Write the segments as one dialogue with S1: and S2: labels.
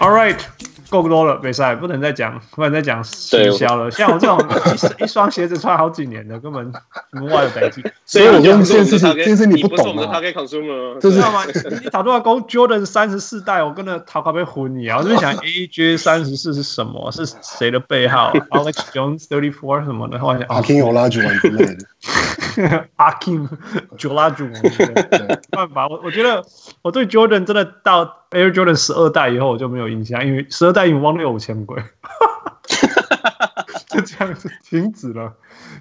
S1: All right，够多了，没赛，不能再讲，不能再讲行销了。像我这种一一双 鞋子穿好几年的，根本无外的代际。
S2: 所以
S3: 我
S2: 就
S3: 用
S2: 说我
S3: 这
S2: 们的
S3: 件事情，这
S2: target-
S3: 件事
S2: 你
S3: 不
S2: 不是我
S3: 懂
S2: 们的
S3: 啊。
S2: target consumer，啊
S3: 这
S1: 知
S3: 是
S1: 道吗？你你打多少勾 Jordan 三十四代，我跟着陶卡被混你啊！我这边想 AJ 三十四是什么？是谁的背号、啊、？Alex Jones thirty four 什么的？我想
S3: 阿
S1: 哦
S3: King 欧拉举完之类的，
S1: 阿 Kim 九拉主，没办法，我我觉得我对 Jordan 真的到 Air Jordan 十二代以后我就没有印象，因为十二代已经忘了有五千贵， 就这样子停止了，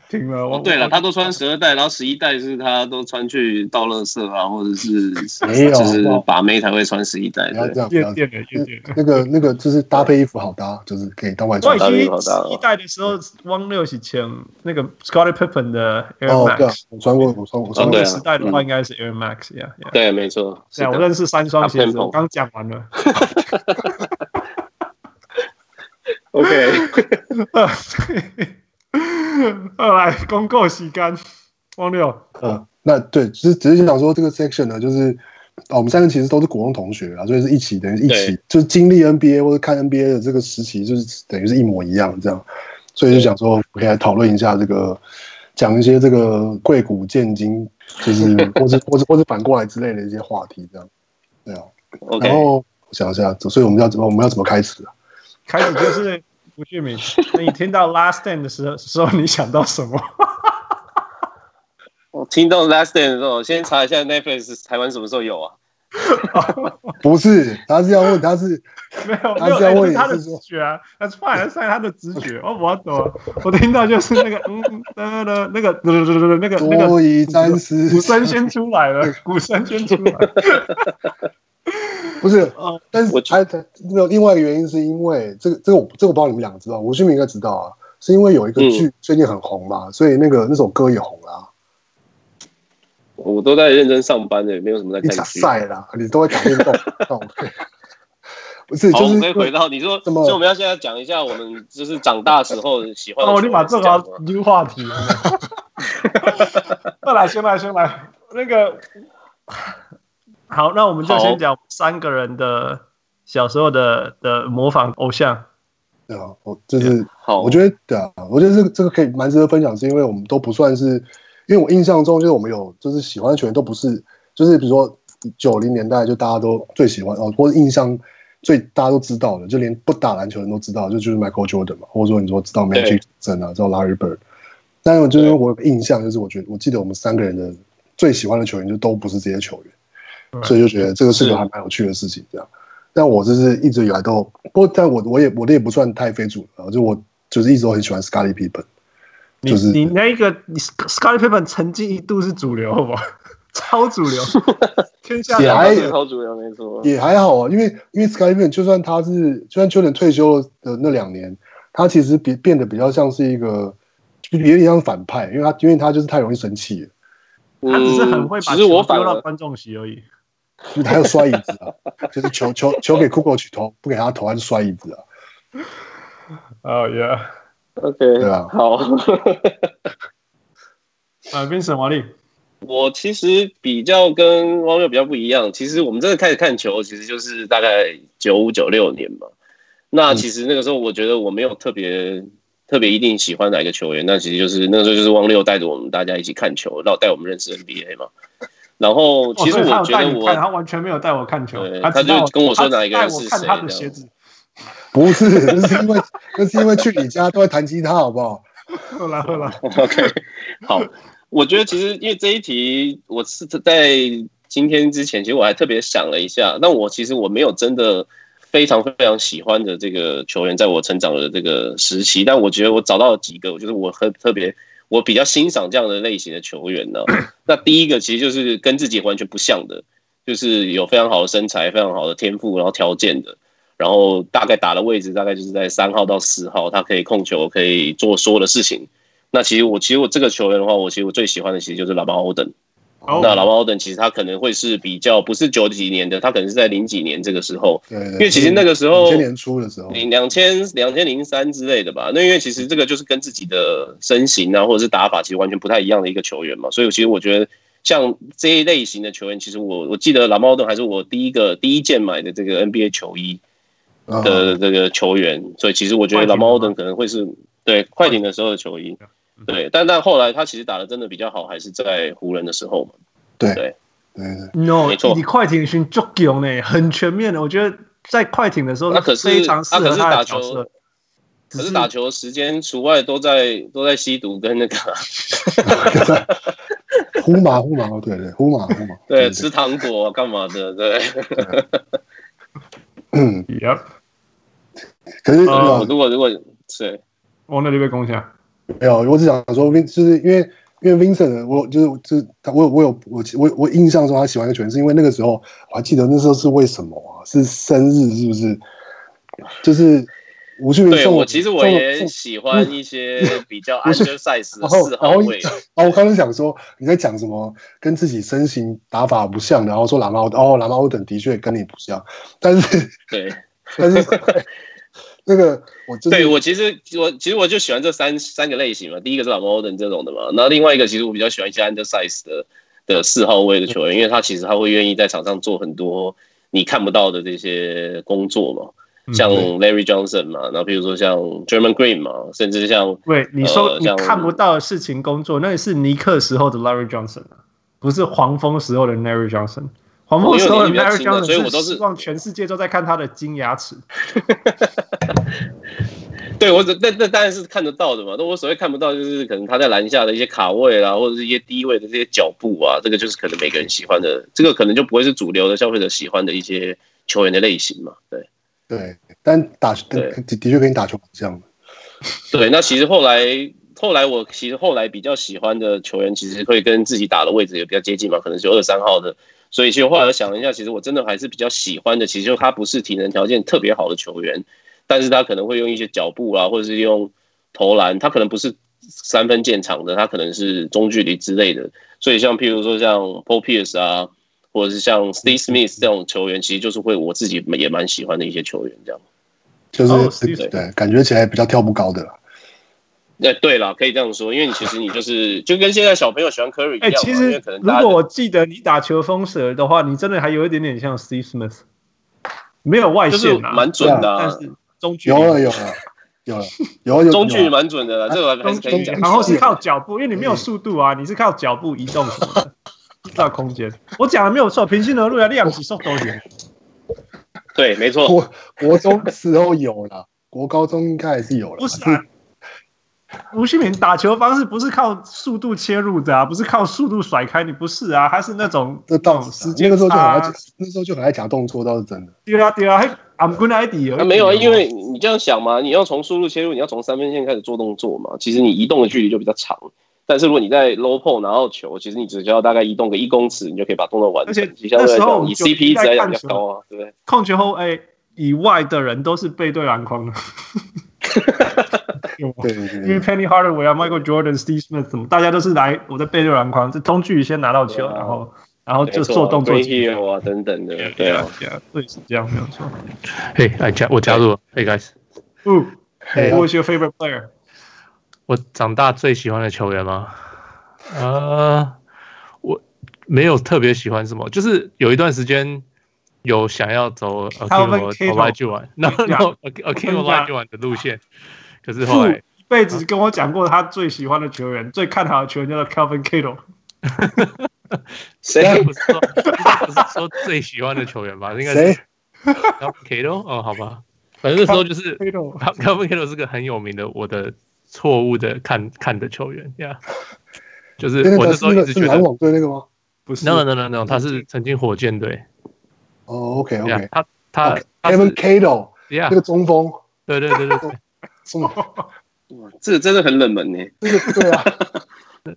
S1: 停了。我
S2: 哦，对了，他都穿十二代，然后十一代是他都穿去倒垃圾啊，或者是
S3: 没有
S2: 就是
S3: 好不好
S2: 把妹才会穿十一代。
S3: 不要
S2: 对
S3: 这，样，不
S1: 夜
S3: 要这样。
S1: 店了，夜店了。
S3: 那个那个就是搭配衣服好搭，就是可以当外
S1: 我
S3: 穿
S1: 已
S2: 也。
S1: 经一代的时候，汪六喜签那个 Scottie Pippen 的 Air
S3: 哦，对啊
S1: Max，，
S3: 我穿过，我穿我
S2: 哦
S3: 穿
S2: 对
S3: 过
S2: 啊。
S1: 时代的话应该是 Air Max，yeah yeah。
S2: 对，没错。是
S1: 对啊，我
S2: 的
S1: 认识三双鞋子，
S2: Up-tempo
S1: 我刚讲完了。
S2: OK，
S1: 二 二来公购洗干，汪六，
S3: 嗯，那对，只是只是想说这个 section 呢，就是啊，我们三个其实都是国中同学啊，所以是一起等于一起
S2: 对
S3: 就是经历 NBA 或者看 NBA 的这个时期，就是等于是一模一样这样，所以就想说可以来讨论一下这个，讲一些这个贵古见今，就是或是或是或是反过来之类的一些话题这样，对啊，然
S2: OK，
S3: 后我想一下，所以我们要怎么我们要怎么开始啊？
S1: 开始就是吴俊明。那你听到 Last Stand 的时候，时候你想到什 么？
S2: 我听到 Last Day 的时候，先查一下 Netflix 台湾什么时候有啊？
S3: 不是，他是要问 他是
S1: 没有，
S3: 他
S1: 没有，
S3: 这样
S1: 那
S3: 问
S1: 是
S3: 也
S1: 他的
S3: 是
S1: 直
S3: 说
S1: 觉啊。That's fine，that's fine，他的直觉。哦，我懂了，我听到就是那个嗯嗯的那个那个那个那个
S3: 多疑詹 斯
S1: 鼓声先出来了，鼓声先出来。
S3: 不是
S1: 哦，
S3: 但是
S2: 啊我
S3: 他他没有另外一个原因，是因为这个这个我这个我不知道你们两个知道，吴俊明应该知道啊，是因为有一个
S2: 嗯
S3: 剧最近很红嘛，所以那个那首歌也红啊啦、
S2: 我都在认真上班的，没有什么在
S3: 你
S2: 看
S3: 打
S2: 剧。
S3: 赛啦，你都会打运 动，懂？哦不是，
S2: 好，
S3: 就
S2: 我
S3: 是
S2: 们可以回到你说，
S3: 怎么
S2: 所以我们要现在讲一下我们就是长大时候喜欢的球
S1: 哦，
S2: 员
S1: 你
S2: 是
S1: 把
S2: 样子
S1: 这
S2: 吗。
S1: 个new 话 题了。那来，先来，先来，那个好，那我们就
S2: 好
S1: 先讲三个人的小时候的的模仿偶像。
S3: 对啊，我就是
S2: 好，
S3: 我觉得对啊，我觉得这个这个可以蛮值得分享，是因为我们都不算是，因为我印象中就是我们有就是喜欢的球员都不是，就是比如说九零年代就大家都最喜欢哦，或者印象最大家都知道的，就连不打篮球的人都知道，就就是 Michael Jordan 嘛，或者说你说知道 Magic Johnson 啊，知道 Larry Bird，但我就是因为我有个印象，就是我觉得我记得我们三个人的最喜欢的球员就都不是这些球员，
S1: Right
S3: 所以就觉得这个是
S2: 是
S3: 个还蛮有趣的事情，这样。但我就是一直以来都，不过但我我也我的也不算太非主流，就我就是一直都很喜欢 Scotty Pippen，
S1: 你
S3: 就是
S1: 你那个你 Scotty Pippen 曾经一度是主流，好不 好？超主流，天 下
S3: 是
S1: 两
S3: 啊
S1: 大
S2: 还
S3: 还
S2: 是超主流没错。
S3: 也还好啊，因为因为 Scotty Pippen 就算他是就算 Jordan 退休的那两年，他其实比变得比较像是一个就有点像反派，因为他因为他就是太容易生气了，
S1: 他只是很
S2: 嗯
S1: 会
S2: 其
S1: 把
S2: 实我
S1: 球
S2: 反
S1: 丢到
S2: 而
S1: 观众席而已。
S3: 就是还有摔椅子啊， 就是球球球给 Google 去投，不给他投他就摔椅子啊，
S1: 哦、yeah，
S2: OK，
S3: 对啊
S2: 好。
S1: 啊，变成王力，
S2: 我其实比较跟汪六比较不一样，其实我们真的开始看球，其实就是大概九五九六年嘛。
S1: 嗯
S2: 那其实那个时候，我觉得我没有特别特别一定喜欢哪一个球员，那其实就是那个时候就是汪六带着我们大家一起看球，然后带我们认识 NBA 嘛。然后其实
S1: 哦所以他
S2: 我
S1: 有
S2: 觉
S1: 带
S2: 得
S1: 你
S2: 我
S1: 看，他完全没有带我看球
S2: 对，
S1: 只
S2: 他就
S1: 带我
S2: 跟我说
S1: 他只
S2: 哪一个人
S1: 带我
S2: 是
S1: 看
S2: 谁
S1: 他
S2: 这
S1: 的
S2: 样
S1: 鞋子。
S3: 不是，那是因为那是因为去你家都会弹吉他好不好？
S1: 后来后 来，
S2: OK，好，我觉得其实因为这一题，我是在今天之前，其实我还特别想了一下。那我其实我没有真的非常非常喜欢的这个球员，在我成长的这个时期，但我觉得我找到了几个，我就是我很特别，我比较欣赏这样的类型的球员呢、那第一个其实就是跟自己完全不像的，就是有非常好的身材、非常好的天赋，然后条件的。然后大概打的位置大概就是在三号到四号，他可以控球，可以做所有的事情。那其实我其实我这个球员的话，我其实我最喜欢的其实就是拉巴奥登。
S1: 哦
S2: 那拉巴奥登其实他可能会是比较不是九几年的，他可能是在零几年这个时候，
S3: 对对，
S2: 因为其实那个时候
S3: 2000年初的时候，
S2: 零两千两千零三之类的吧。那因为其实这个就是跟自己的身形啊，或者是打法其实完全不太一样的一个球员嘛，所以其实我觉得像这一类型的球员，其实我我记得拉巴奥登还是我第一个第一件买的这个 NBA 球衣。
S3: 嗯
S2: 的这个球员，所以其实我觉得
S1: 快
S2: 老
S1: 艇吗
S2: 猫登可能会是对快艇的时候的球衣
S1: 嗯，
S2: 对，但但后来他其实打的真的比较好，还是在湖人的时候嘛。
S3: 对
S2: 对
S3: 对对
S1: No，
S2: 没错
S1: 你快艇群足球呢，很全面的。我觉得在快艇的时候，
S2: 那可是
S1: 非常适
S2: 那
S1: 合
S2: 可是
S1: 他
S2: 打
S1: 的角
S2: 球
S1: 色。
S2: 可是打球时间除外都在都在吸毒跟那个
S3: 呼麻呼麻，对对呼麻呼麻，
S2: 对吃糖果啊干嘛的，对。
S3: 嗯，
S1: ，Yep，
S3: 可是
S1: 呃
S3: 呃
S2: 我如果如果对
S1: 往那里被攻下。
S3: 没有，我只想说，Vin 就是因为因为 Vincent，我就是就是他，我有我有我我我印象中他喜欢的球员是因为那个时候我还记得那时候是为什么啊？是生日是不是？就是吴俊明
S2: 对，
S3: 送
S2: 我其实我
S3: 送
S2: 也
S3: 送
S2: 喜欢一些比较
S3: 不
S2: under
S3: 是
S2: size 的
S3: 然后
S2: 四
S3: 然
S2: 号
S3: 后
S2: 位，
S3: 哦，我刚刚想说你在讲什么，跟自己身形打法不像，然后说喇嘛欧哦，喇嘛欧等的确跟你不像，但 是
S2: 对。
S3: 但是那个我
S1: 嗯
S3: 就是
S2: 对我其实我其实我就喜欢这三三个类型嘛，第一个是老 modern 这种的嘛，然后另外一个其实我比较喜欢一些 under size 的的四号位的球员，因为他其实他会愿意在场上做很多你看不到的这些工作嘛，
S1: 嗯
S2: 像
S3: 对
S2: Larry Johnson 嘛，然后比如说像 German Green 嘛，甚至像
S1: 对，你说、
S2: 呃
S1: 你
S2: 像
S1: 看不到的事情工作，那是尼克时候的 Larry Johnson 啊不是黄蜂时候的 Larry Johnson。黄蜂时候的
S2: 因为我年
S1: Larry
S2: 纪比较
S1: Johnson，
S2: 轻啊所以我都是
S1: 希望全世界都在看他的金牙齿。
S2: 对我只那那当然是看得到的嘛。那我所谓看不到，就是可能他在篮下的一些卡位啦，或者是一些低位的这些脚步啊，这个就是可能每个人喜欢的，这个可能就不会是主流的消费者喜欢的一些球员的类型嘛。对
S3: 对，但打的
S2: 对
S3: 的确跟你打球不像，
S2: 对，那其实后来后来我其实后来比较喜欢的球员，其实会跟自己打的位置也比较接近嘛，可能就二三号的。所以其实后来我想了一下，其实我真的还是比较喜欢的，其实就他不是体能条件特别好的球员，但是他可能会用一些脚步啊，或者是用投篮，他可能不是三分见长的，他可能是中距离之类的。所以像譬如说像 Paul Pierce 啊，或者是像 Steve Smith 这种球员，其实就是会我自己也蛮喜欢的一些球员这样。
S3: 就是、
S1: 哦，Steve-
S3: 对，感觉起来比较跳不高的啦。
S2: 哎，对了，可以这样说，因为你其实你就是就跟现在小朋友喜欢 Curry 一
S1: 哎、
S2: 样嘛，
S1: 其
S2: 因
S1: 实
S2: 为可能
S1: 如
S2: 大家
S1: 果我记得你打球封蛇的话，你真的还有一点点像 Steve Smith，没有外
S2: 就是
S1: 线啊，
S2: 蛮准的、
S1: 但
S2: 啊，
S1: 是中距离
S3: 有了有了有了有了有
S2: 中距离
S3: 有了
S2: 蛮准的啦，这个还是可以
S3: 中距
S2: 讲
S3: 离
S2: 的。
S1: 然后是靠脚步，因为你没有速度啊，你是靠脚步移动什么的，制造空间。我讲的没有错，平心而论啊，你两起速都有。
S2: 对，没错，
S3: 国国中时候有了，国高中应该还是有了。
S1: 不是啊，吴兴敏打球方式不是靠速度切入的啊，不是靠速度甩开，你不是啊，他是那种
S3: 这
S1: 那
S3: 到
S1: 种
S2: 啊
S1: 时
S3: 那
S1: 间
S3: 个时候就很
S4: 啊
S3: 爱
S1: 差
S3: 假，那时候就很爱假动作，倒是真的。
S1: 对啊对啊，还 I'm good idea
S2: 啊，没有啊，因为你这样想嘛，你要从输入切入，你要从三分线开始做动作嘛，其实你移动的距离就比较长。但是如果你在 low p o 拿到球，其实你只需要大概移动个一公尺，你就可以把动作完成
S1: 而且。
S2: 其实相对来
S1: 那时候我
S2: 讲，
S1: 们
S2: 以
S1: 就一
S2: CP
S1: 直
S2: 值
S1: 在
S2: 来
S1: 看
S2: 讲比较高啊，对不对？
S1: 控球后卫以外的人都是背对篮 筐的。有吗
S3: 对对
S1: 因为
S3: 对
S1: Penny Hardaway 啊、Michael Jordan、Steve Smith 什么，大家都是来我在背对篮筐，这中距离先拿到球，
S2: 对啊
S1: 然后然后就
S2: 没错啊
S1: 做动作
S2: Green
S1: 进球。
S2: Hill 啊等等的，对啊。，
S1: 对是这样没有错。
S4: Hey, I 加我加入了。Hey guys，
S1: Who
S3: 对，
S1: Who is your favorite player？
S4: 我长大最喜欢的球员吗？呃，我没有特别喜欢什么，就是有一段时间有想要走 a k i
S1: Calvin
S4: o
S1: Kittle
S4: l 就玩，然后然后 a k i o l 就玩的路线，可是后
S1: Who
S4: 来
S1: 一辈子跟我讲过他最喜欢的球员、最看好的球员叫做 Calvin Kittle。
S2: 谁
S4: 不是说应该不是说最喜欢的球员吧，应该
S3: 谁
S4: 是 Kato 哦，好吧，反正那时候就 是
S1: Kittle，
S4: Calvin Kato 是个很有名的我的错误的看看的球员呀。就是
S3: 那个
S4: 我那时
S3: 是
S4: 候
S3: 那
S4: 一
S3: 个
S4: 直
S3: 是
S4: 觉得
S3: 篮，网队那个吗？
S1: 不是
S4: no no no no，他是曾经火箭队，
S3: 哦，OK
S4: 对啊
S3: OK，
S4: 他他他
S3: Evan
S4: 是啊
S3: Cato 那个
S4: yeah，
S3: 中锋，
S4: 对对对对 对，
S3: 嗯，
S2: 哇这个真的很冷门呢。
S3: 那个对啊，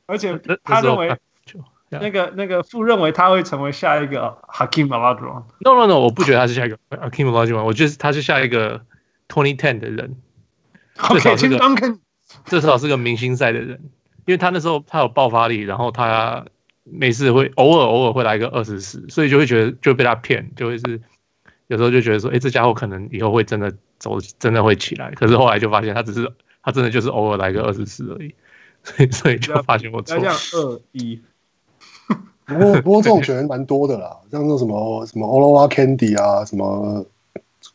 S1: 而且
S4: 那
S1: 他
S4: 那时
S1: 认
S4: 候
S1: 为
S4: 看球
S1: 那个那个父认为他会成为下一个 Hakim Olajuwon。
S4: no no no，我不觉得他是下一个呃 Akim o l a j u w o n 我觉得他是下一个 twenty ten 的人，至
S1: OK，
S4: 少是
S1: Tim
S4: 个
S1: Duncan。
S4: 至少是个明星赛的人，因为他那时候他有爆发力，然后他每次会偶尔偶尔会来个二十四，所以就会觉得就被他骗，就会是有时候就觉得说，哎、这家伙可能以后会真的走，真的会起来。可是后来就发现他只是他真的就是偶尔来个二十四而已，所以所以就发现我
S1: 不
S4: 错
S1: 要这
S4: 了
S1: 样。二一，
S3: 不过不过这种球员蛮多的啦，像那种什么什么 Olawa Candy 啊，什么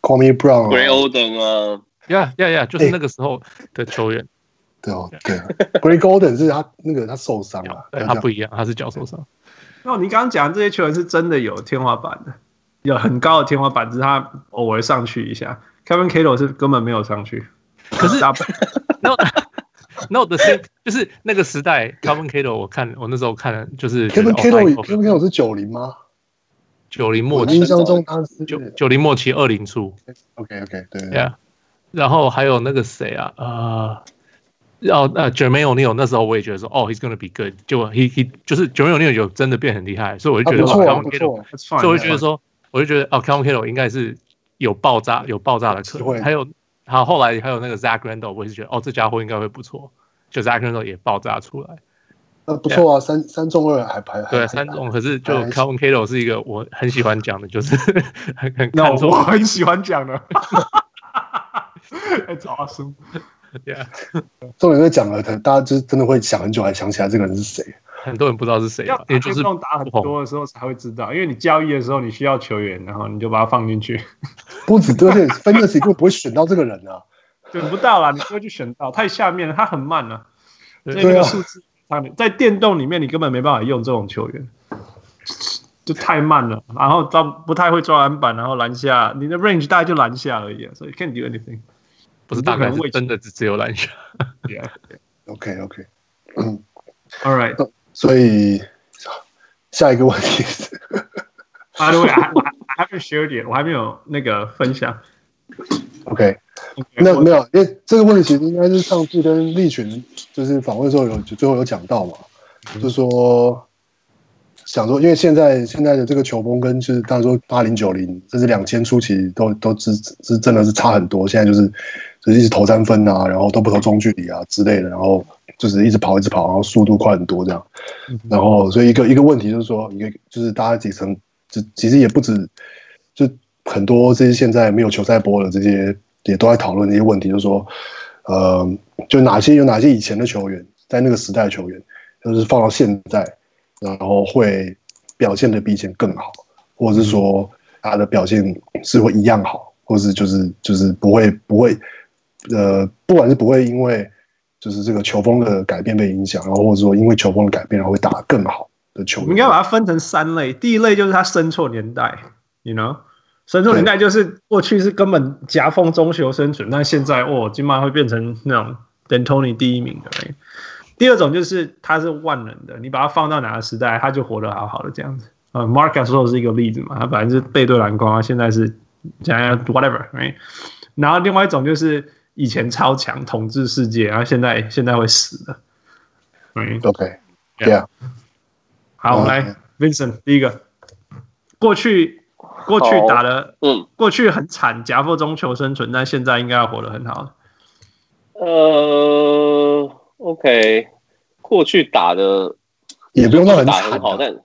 S3: Call Me Brown
S2: ，Gray
S3: 啊，
S2: Oden 啊，
S4: 呀呀呀，
S3: 哎
S4: 就是那个时候的球员，
S3: 对哦，对啊，Gray Golden 是他那个他受伤了，
S4: 对
S3: 要
S4: 哎他
S3: 这样
S4: 不一样，他是脚受伤。
S1: 那你刚刚讲这些球员是真的有天花板的，有很高的天花板，只是他偶尔上去一下。Kevin Cato 是根本没有上去，
S4: 可是
S1: 打
S4: No, no, the same 就是那个时代，Kevin Cato，我看我那时候看了就是觉
S3: Kevin
S4: 得哦
S3: Kittle
S4: Michael
S3: Kevin Kittle 是九零吗？
S4: 九零末
S3: 我
S4: 期，
S3: 印象中他是
S4: 九九零末期二零初
S3: OK OK 对对
S4: ，Yeah，然后还有那个谁啊，呃。然后呃，Jermaine O'Neal 那时候我也觉得说，哦，he's gonna be good，就 he he 就是 Jermaine O'Neal 有真的变很厉害，所以我就
S3: 他
S4: 觉
S3: 不
S4: 得
S3: 错啊
S4: 哦
S3: 不
S4: ，Kevin Cato
S3: 错啊，
S1: That's fine,
S4: 所以我就觉得
S1: that's
S4: 说，我就觉得哦，Kevin Kittle 应该是有爆炸有爆炸的可
S3: 机会
S4: 能。还有，还有后来还有那个 Zach Randall，我也是觉得哦，这家伙应该会不错。就 Zach Randall 也爆炸出来，
S3: 那不错啊，三三中二还排
S4: 嗯对三种。可是就
S3: 哎
S4: Kevin Kittle 是一个我很喜欢讲的，就是 很很
S1: fine.
S4: 看
S1: No，我
S4: 重。
S1: 很喜欢讲的。It's awesome。
S4: Yeah，
S3: 重点在讲了，大家就是真的会想很久才想起来这个人是谁。
S4: 很多人不知道是谁
S1: 要
S4: 吧，也啊就是
S1: 运动打很
S4: 不红
S1: 多的时候才会知道，因为你交易的时候你需要球员，然后你就把它放进 去，
S3: 不止，而且 Fantasy 就不会选到这个人啊。
S1: 选不到啦，你不会去选到，太下面了，他很慢了，
S4: 对
S1: 所以那
S3: 对啊
S1: 个数字，它在电动里面你根本没办法用这种球员，就太慢了，然后抓不太会抓篮板，然后篮下你的 range 大概就篮下而已啊，所以 can't do anything。
S4: 不是大
S1: 很多
S4: 概
S1: 人
S4: 是
S1: 会
S4: 真的只只有篮球。
S1: Yeah.
S3: OK OK，
S1: All right.
S3: 所以下一个问题是
S1: By the way, I, I I haven't shared yet. 我还没有那个分享。
S3: OK，
S1: OK，
S3: 那
S1: 我
S3: 没有，嗯因为这个问题其实应该是上次跟利群就是访问的时候有就最后有讲到嘛，就说想说，因为现在现在的这个球风跟就是大家说八零九零甚至两千初期都都是是真的是差很多，现在就是就是一直投三分啊，然后都不投中距离啊之类的，然后就是一直跑一直跑，然后速度快很多这样。然后所以一个一个问题就是说，一个就是大家几层，就其实也不止，就很多这些现在没有球赛播的这些也都在讨论这些问题，就是说，呃，就哪些有哪些以前的球员，在那个时代的球员，就是放到现在，然后会表现的比以前更好，或者是说他的表现是会一样好，或是就是就是不会不会，呃，不管是不会因为就是这个球风的改变被影响，然后或者说因为球风的改变，然后会打得更好的球
S1: 我
S3: 员，
S1: 们应该把它分成三类，第一类就是他生错年代，you know，生错年代就是过去是根本夹缝中求生存，但现在哦，今晚会变成那种 D'Antoni 第一名的。right？第二种就是他是万能的，你把他放到哪个时代，他就活得好好的这样子。呃，Mark Gasol 是一个例子嘛，他本来是背对篮筐，他现在是想要 whatever，right？然哎后另外一种就是以前超强统治世界，然后现在现在会死的。嗯，
S3: OK，
S1: Yeah
S3: 对啊，
S1: 好，我们
S3: 嗯
S1: 来 Vincent 第一个，过去过去
S2: 好
S1: 打的
S2: 嗯，
S1: 过去很惨，夹缝中求生存，但现在应该要活得很好。
S2: 呃，OK，过去打的
S3: 也不用到很
S2: 打得
S3: 惨
S2: 很
S3: 啊、
S2: 好，但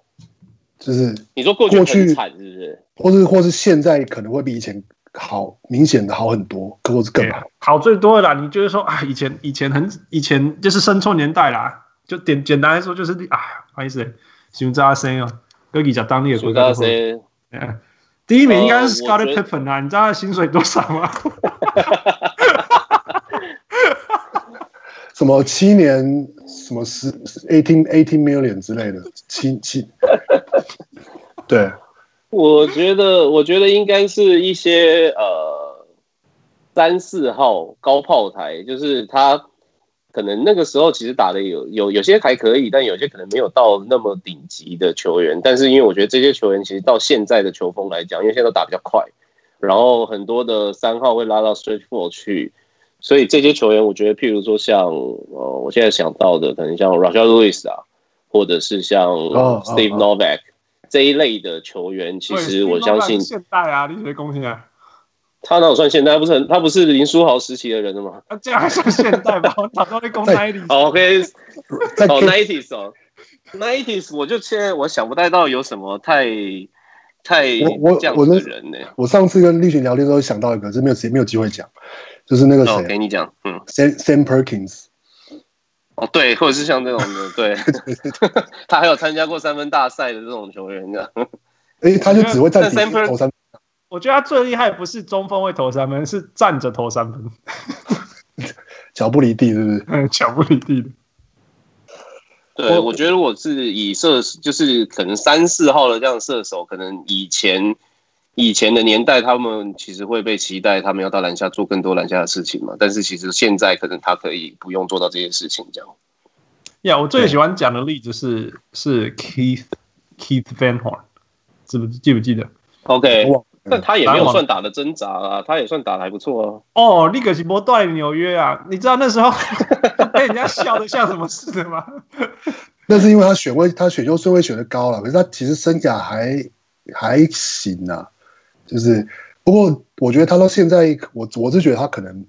S3: 就是
S2: 你说过去
S3: 过去
S2: 很惨是不是？
S3: 或是或是现在可能会比以前好，明显的好很多，或是更好。
S1: 哎好最多的啦，你就是说啊，以前以前很以前就是生错年代啦，就简简单来说就是啊，不好意思，熊扎生哦，哥几讲当地的
S2: 主
S1: 国
S2: 要
S1: 家哎
S2: 谁？
S1: 第一名应该是
S2: 呃我觉
S1: Scottie
S2: 得
S1: Pippen 啊，你知道他薪水多少吗？
S3: 什么七年什么十 eighteen eighteen million 之类的，七七，对，
S2: 我觉得，我觉得应该是一些呃三四号高炮台，就是他可能那个时候其实打的有有有些还可以，但有些可能没有到那么顶级的球员。但是因为我觉得这些球员其实到现在的球风来讲，因为现在都打比较快，然后很多的三号会拉到 straight four 去，所以这些球员我觉得，譬如说像呃，我现在想到的可能像 Rashad Lewis 啊，或者是像
S3: 哦哦
S2: Steve
S3: 哦
S2: Novak。这一类的球员，其实我相信
S1: 对现代啊，你谁贡献啊？
S2: 他哪有算现代？他不是很他不是林书豪时期的人了 吗
S1: 啊，这样还算现代吧？我打到那公仔里。
S2: 好？OK，
S3: 在
S2: 哦，nineties 哦，nineties，我就现在我想不太到有什么太太
S3: 我我
S2: 这样子的人呢、
S3: 我上次跟绿群聊天的时候想到一个，这没有时没有机会讲，就是那个
S2: 那我
S3: 谁啊
S2: 给你讲，嗯，
S3: ，Sam Sam Perkins，
S2: 哦对，或者是像这种的， 对， 他还有参加过三分大赛的这种球员的。
S3: 哎，他就只会在
S2: 但
S3: 底
S2: 嗯 Sam
S3: 投三，
S1: 我觉得他最厉害不是中锋会投三分，是站着投三分，
S3: 脚不离地，是不是？
S1: 嗯脚不离地的。
S2: 对，我觉得我是以射，就是可能三四号的这样射手，可能以前以前的年代，他们其实会被期待他们要到篮下做更多篮下的事情嘛。但是其实现在可能他可以不用做到这些事情，这样。
S1: 呀、我最喜欢讲的例子是是 Keith Keith Van Horn，记不记不记得？
S2: OK，
S3: 我忘
S2: 但他也没有算打的挣扎啊，他也算嗯打的还不错
S1: 哦，那个是波断了纽约啊！你知道那时候 被人家笑的像什么似的吗？
S3: 那是因为他选位，他选秀顺位选的高了，可是他其实生涯还还行啊。就是不过我觉得他到现在，我我是觉得他可能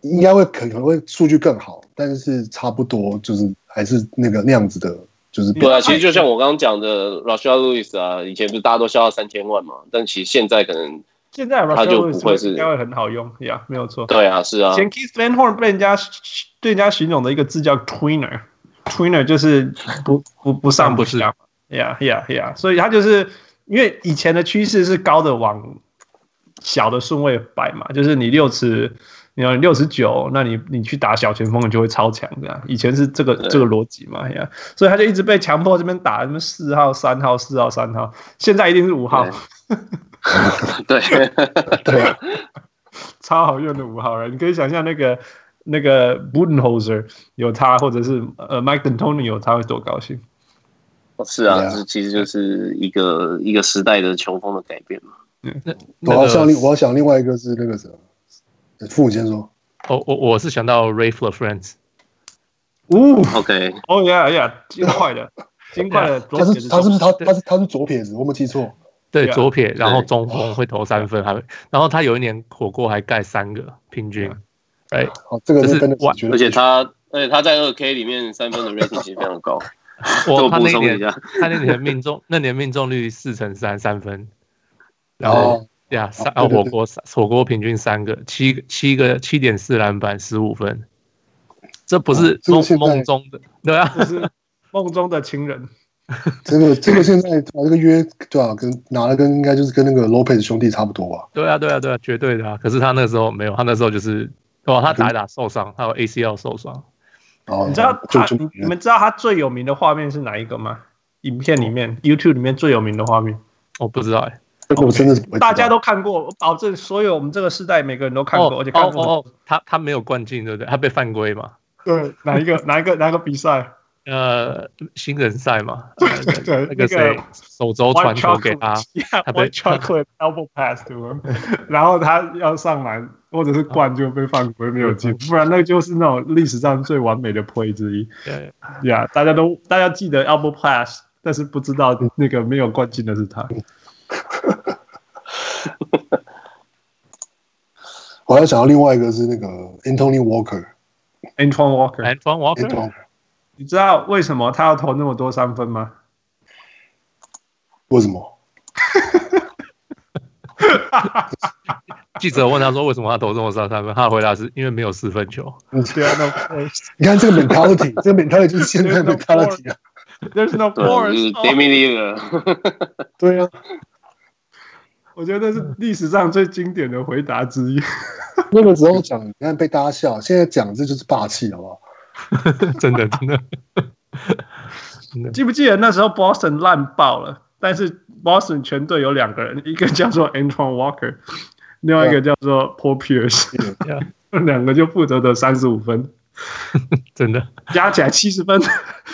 S3: 应该会可能会数据更好，但是差不多就是还是那个那样子的，就是
S2: 啊。对啊，其实就像我刚刚讲的 r a s h a l Lewis 啊，以前不是大家都笑到三千万嘛，但其实现在可能
S1: 现在 r
S2: 他
S1: u
S2: 就
S1: s
S2: 不会是
S1: 应该会很好用呀没有错。
S2: 对啊，是啊，
S1: 前 Keith Van Horn 被人家被人家形容的一个字叫 tweener，tweener 就是不不不上不下，yeah yeah yeah，所以他就是因为以前的趋势是高的往小的顺位摆嘛，就是你六尺，你要六十九，那你你去打小前锋，你就会超强这样。以前是这个
S2: 对
S1: 这个逻辑嘛，yeah，所以他就一直被强迫这边打什么四号、三号、四号、三号，现在一定是五号
S2: 对。 对
S3: 对啊，
S1: 超好用的五号人，你可以想象那个那个 Budenholzer 有他，或者是呃 Mike D'Antoni 有他会多高兴。
S2: 是啊，
S3: 对啊
S2: 这其实就是一个一个时代的球风的改变嘛。
S3: 我
S4: 那
S3: 要想
S4: 个
S3: 另我要想另外一个是那个什么，父母先说，
S4: 我哦我我是想到 Ray f l e Friends，
S1: 呜、
S2: OK，
S1: 哦呀呀，金块 的，金块的
S3: 他
S1: 左撇
S3: 是
S1: 子
S3: 他是
S1: 中，
S3: 不是他他是他是左撇子，我没记错。
S4: 对
S1: Yeah，
S4: 左撇，然后
S2: 对
S4: 中锋会投三分，还会，然后他有一年火锅还盖三个平均，哎，
S3: 好，这个
S4: 就是是
S3: 真的是
S4: 哇
S3: 觉得，
S2: 而且他而且他在二 K 里面三 分的 rating 其实非常高。
S4: 我
S2: 我
S4: 他
S2: 补
S4: 那一
S2: 充一
S4: 年
S2: 下，
S4: 他那年命中 那年命中率四乘三三分，然后
S3: 哦，
S4: 呀三啊
S3: 对对对
S4: 火锅三火锅平均三个七个七个七点四篮板十五分，这不是
S3: 哦这个
S4: 梦
S3: 现在
S4: 梦中的对啊，
S1: 就是 梦中的情 人。
S3: 这个这个现在把这个约对吧、跟拿了跟应该就是跟那个 Lopez 兄弟差不多吧？
S4: 对啊对啊对啊，绝对的啊！可是他那时候没有，他那时候就是哦，他打一打受伤，他有 ACL 受伤，
S3: 哦，
S1: 你知道
S3: 就
S1: 他，
S3: 就
S1: 你你们知道他最有名的画面是哪一个吗？影片里
S3: 哦
S1: 面，YouTube 里面最有名的画面，
S4: 我不知道哎、
S3: 这个我真的是不会知道
S1: 大家都看过，我保证所有我们这个世代每个人都看
S4: 哦
S1: 过，而且看
S4: 哦
S1: 过。
S4: 哦哦，他他没有灌进对不对？他被犯规嘛？
S3: 哦
S1: 对，哪一个哪一个哪一个比赛？
S4: 呃，新人赛嘛，呃
S1: 对那
S4: 那
S1: 个
S4: 个谁手肘
S1: White
S4: 传球给他
S1: chocolate，，yeah, white
S4: 他被
S1: chocolate elbow pass to him，然 后他要上篮或者是灌就被犯规没有 进，不然那就是那种历史上最完美的 play 之一。
S4: 对
S1: Yeah，大家都大家记得 elbow pass，但是不知道那个没有灌进的是他。
S3: 我还想到另外一个是那个 Anthony Walker，Anthony
S1: Antoine Walker，
S4: 安装 Walker，
S1: 你知道为什么他要投那么多三分 吗？
S3: 为什么？
S4: 记者问他说为什么他投这么少三分，他的回答是因为没有四分球。
S1: 对啊，no force，there's
S3: 你看这个 mentality，这 个 mentality 就是现在的 mentality 啊，
S1: no
S2: 对，就是
S1: force 哦。
S2: d a m i l e v e r
S3: 对啊，
S1: 我觉得这是历史上最经典的回答之一。
S3: 啊那个时候讲，你看被大家笑，现在讲这就是霸气，好不好？
S4: 真的真的，
S1: 记不记得那时候 Boston 烂爆了？但是 Boston 全队有两个人，一个叫做 Antoine Walker，另外一个叫做 Paul Pierce，
S4: Yeah，
S1: 两个就负责得三十五分，
S4: 真的。啊
S1: 加起来七十分，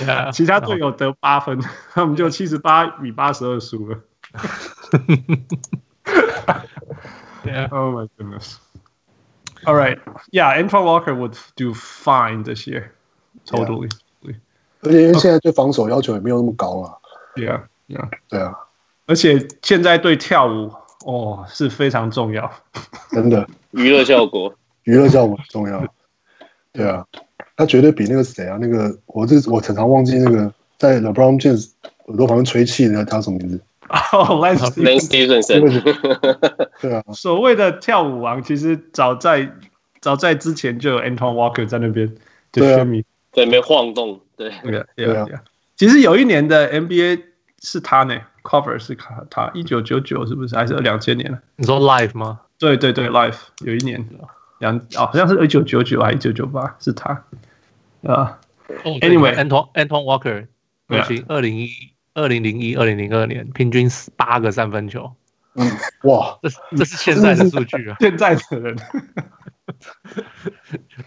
S4: Yeah，
S1: 其他队友得八分，他们就七十八比八十二输了。
S4: Yeah
S1: Oh my goodness. All right, yeah, Antoine Walker would do fine this year, totally.
S3: 而且因为现在对防守要求也没有那么高了，
S1: Yeah, yeah.
S3: 对啊，
S1: 而且现在对跳舞哦是非常重要。
S3: 真的
S2: 娱乐效果。
S3: 娱乐效果很重要，对啊，他绝对比那个谁啊，那个我这我常常忘记那个在 LeBron James 耳朵旁边吹气的那个叫什么名字？
S1: 哦 l a n c
S2: Lance Stevenson，
S3: 对啊，
S1: 所谓的跳舞王，其实早在早在之前就有 Anton Walker 在那边就
S3: 对啊
S1: shimmy
S2: 对，没晃动，对，
S1: 那个，
S3: 对啊
S1: 其实有一年的 NBA 是他呢，cover 是他，他一九九九是不是还是两千年？啊
S4: 你说 live 吗？
S1: 对对对，Life 有一年两哦，好像是一九九九还一九九八是他啊，
S4: 哦
S1: Anyway
S4: Anton Anton Walker
S1: 对啊，
S4: 二零二零一、二零零一、二零零二年平均八个三分球，
S3: 哇，
S4: 这是这是现在的数据啊
S1: 现在的人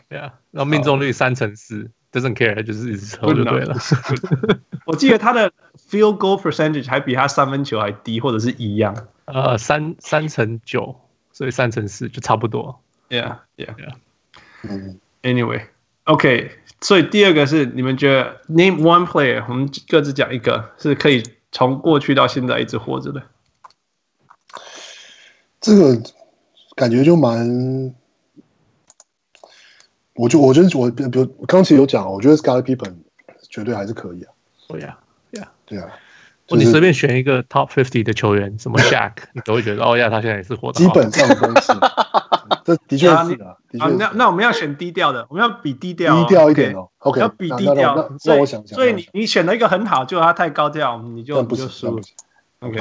S4: 对啊，然后命中率三成四，doesn't care，就是一直投就对了。
S1: 我记得他的 field goal percentage 还比他三分球还低，或者是一样。
S4: 呃，三三乘九，所以三乘四就差不多。
S1: Yeah, yeah.
S3: 嗯，
S1: Anyway, OK. 所以第二个是你们觉得 name one player，我们各自讲一个是可以从过去到现在一直活着的。
S3: 这个感觉就蛮，我就我觉得我比如我刚其实有讲，啊我觉得 Scottie Pippen 绝对还是可以啊，
S4: 对呀，
S3: 对啊，
S4: 或
S3: 就是
S4: Oh 哦你随便选一个 top fifty 的球员，什么 Shaq，你都会觉得哦呀，他现在也是活得
S3: 基
S4: 好
S3: 本上都是，这的确
S1: 啊
S3: 是
S1: 你
S3: 啊，的
S1: 啊，
S3: 确是
S1: 那那我们要选低调的，我们要比低调、
S3: 低调一点。哦，OK，
S1: 要比
S3: 那
S1: 低
S3: 那让
S1: 调
S3: 那，
S1: 所
S3: 让我
S1: 以
S3: 想想，
S1: 所以
S3: 让我
S1: 你你选了一个很好，就他太高调，你就
S3: 想但
S1: 你
S3: 不
S1: 就
S3: 行，
S1: 输
S3: 但
S1: 了
S3: 不。行，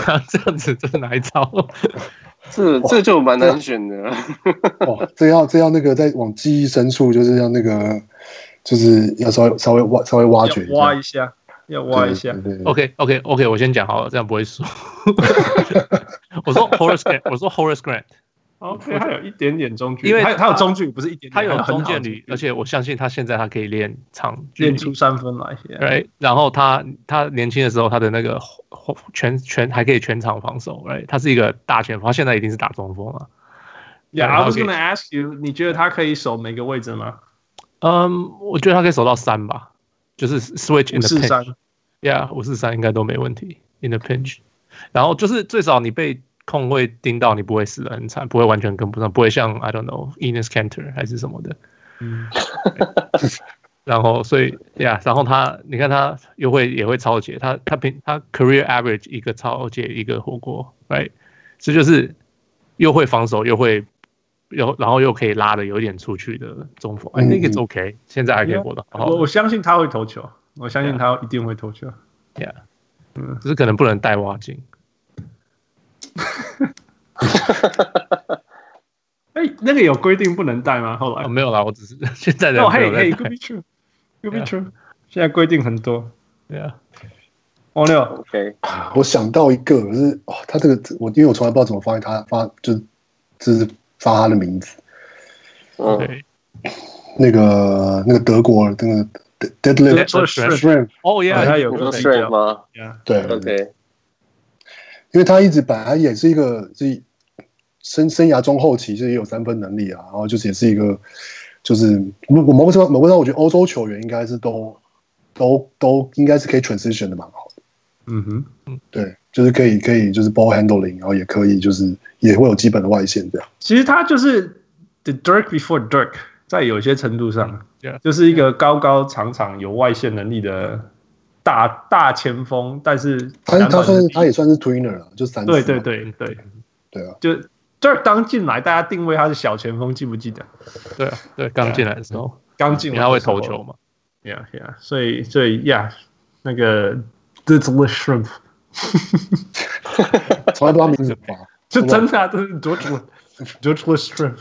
S1: OK，
S4: 这样子，这是哪一招？
S2: 这这就蛮难选的。
S3: 哦，这要这要那个再往记忆深处，就是要那个，就是要稍微稍微挖稍微挖掘一
S1: 要挖
S3: 下，
S1: 一下，要
S3: 对
S1: 挖一下
S3: 对。对对
S4: OK OK OK，我先讲好了，这样不会输。 我说 Horace Grant，我说 Horace Grant，
S1: OK，他有一点点中距离，
S4: 因为
S1: 他有
S4: 他
S1: 他有中距离，不是一点点，
S4: 他有
S1: 很好
S4: 中
S1: 的
S4: 距
S1: 距
S4: 离，而且我相信他现在他可以练长距
S1: 练
S4: 离
S1: 出。三分来。Yeah
S4: right，然后他他年轻的时候，他的那个全全还可以全场防守，right，他是一个大前锋，他现在一定是打中锋啊了。
S1: Yeah,
S4: 然后
S1: I was
S4: 给
S1: gonna ask you，你觉得他可以守每个位置吗？
S4: 嗯，我觉得他可以守到三吧，就是 switch
S1: 五
S4: in the
S1: 四三
S4: pinch。Yeah，五四三应该都没问题 in the pinch。然后就是最少你被控会盯到，你不会死的很惨，不会完全跟不上，不会像 I don't know Enes Kanter 还是什么的。
S1: 嗯
S4: 然后所以 Yeah，然后他你看他又会也会超解，他他平他 career average 一个超解一个火锅，right？这就是又会防守又会。又然后又可以拉的有点出去的中锋，I think it's okay，现在还可以活得好好的
S1: 我。我相信他会投球，我相信他一定会投球。
S4: Yeah，
S1: 嗯
S4: 只是可能不能戴蛙镜。
S1: 哎，那个有规定不能带吗？后来
S4: 哦，没有啦，我只是 现在的
S1: 哦，
S4: 人没
S1: 嘿
S4: 有在
S1: 嘿，could
S4: 戴
S1: be。true，could be
S4: Yeah
S1: true。现在规定很多。
S4: 对啊，
S1: 哦六，
S2: OK，
S3: 我想到一个，可是哦，他这个我因为我从来不知道怎么发现他发就就是发他的名字，
S2: 嗯，
S4: 对。
S3: 那个那个德国那个 deadlift
S1: Deadlift
S3: s h r i m
S4: 哦耶，
S1: 啊他有
S2: 你
S1: 个
S2: 说
S1: 比
S2: strength
S1: 较。
S2: 吗
S1: Yeah，
S3: 对
S2: ？OK，
S3: 因为他一直本来也是一个是生生涯中后期就是也有三分能力啊，然后就是也是一个就是我我某个程度某个程度我觉得欧洲球员应该是都都都应该是可以 transition 的蛮好的，
S1: 嗯哼，
S3: 对，就是可以可以就是 ball handling，然后也可以就是也会有基本的外线这样，
S1: 其实他就是 the Dirk before Dirk，在有些程度上
S4: 嗯 Yeah，
S1: 就是一个高高长长有外线能力的大大前锋，但是
S3: 他他算是
S1: 是
S3: 他也算是 tweener 了，就三
S1: 对
S3: 四
S1: 对
S3: 嘛
S1: 对对，
S3: 对啊，
S1: 就 Dirk 刚进来，大家定位他是小前锋，记不记得？
S4: 对啊，对，刚进来的时候，
S1: 刚进
S4: 因
S1: 来
S4: 为他会投球啊嘛。
S1: ，Yeah Yeah，所以所以 Yeah，那个 The Little Shrimp
S3: 从来不知道名字怎么 发。
S1: 就真的啊，这是 George Wood- George Wood Shrimp，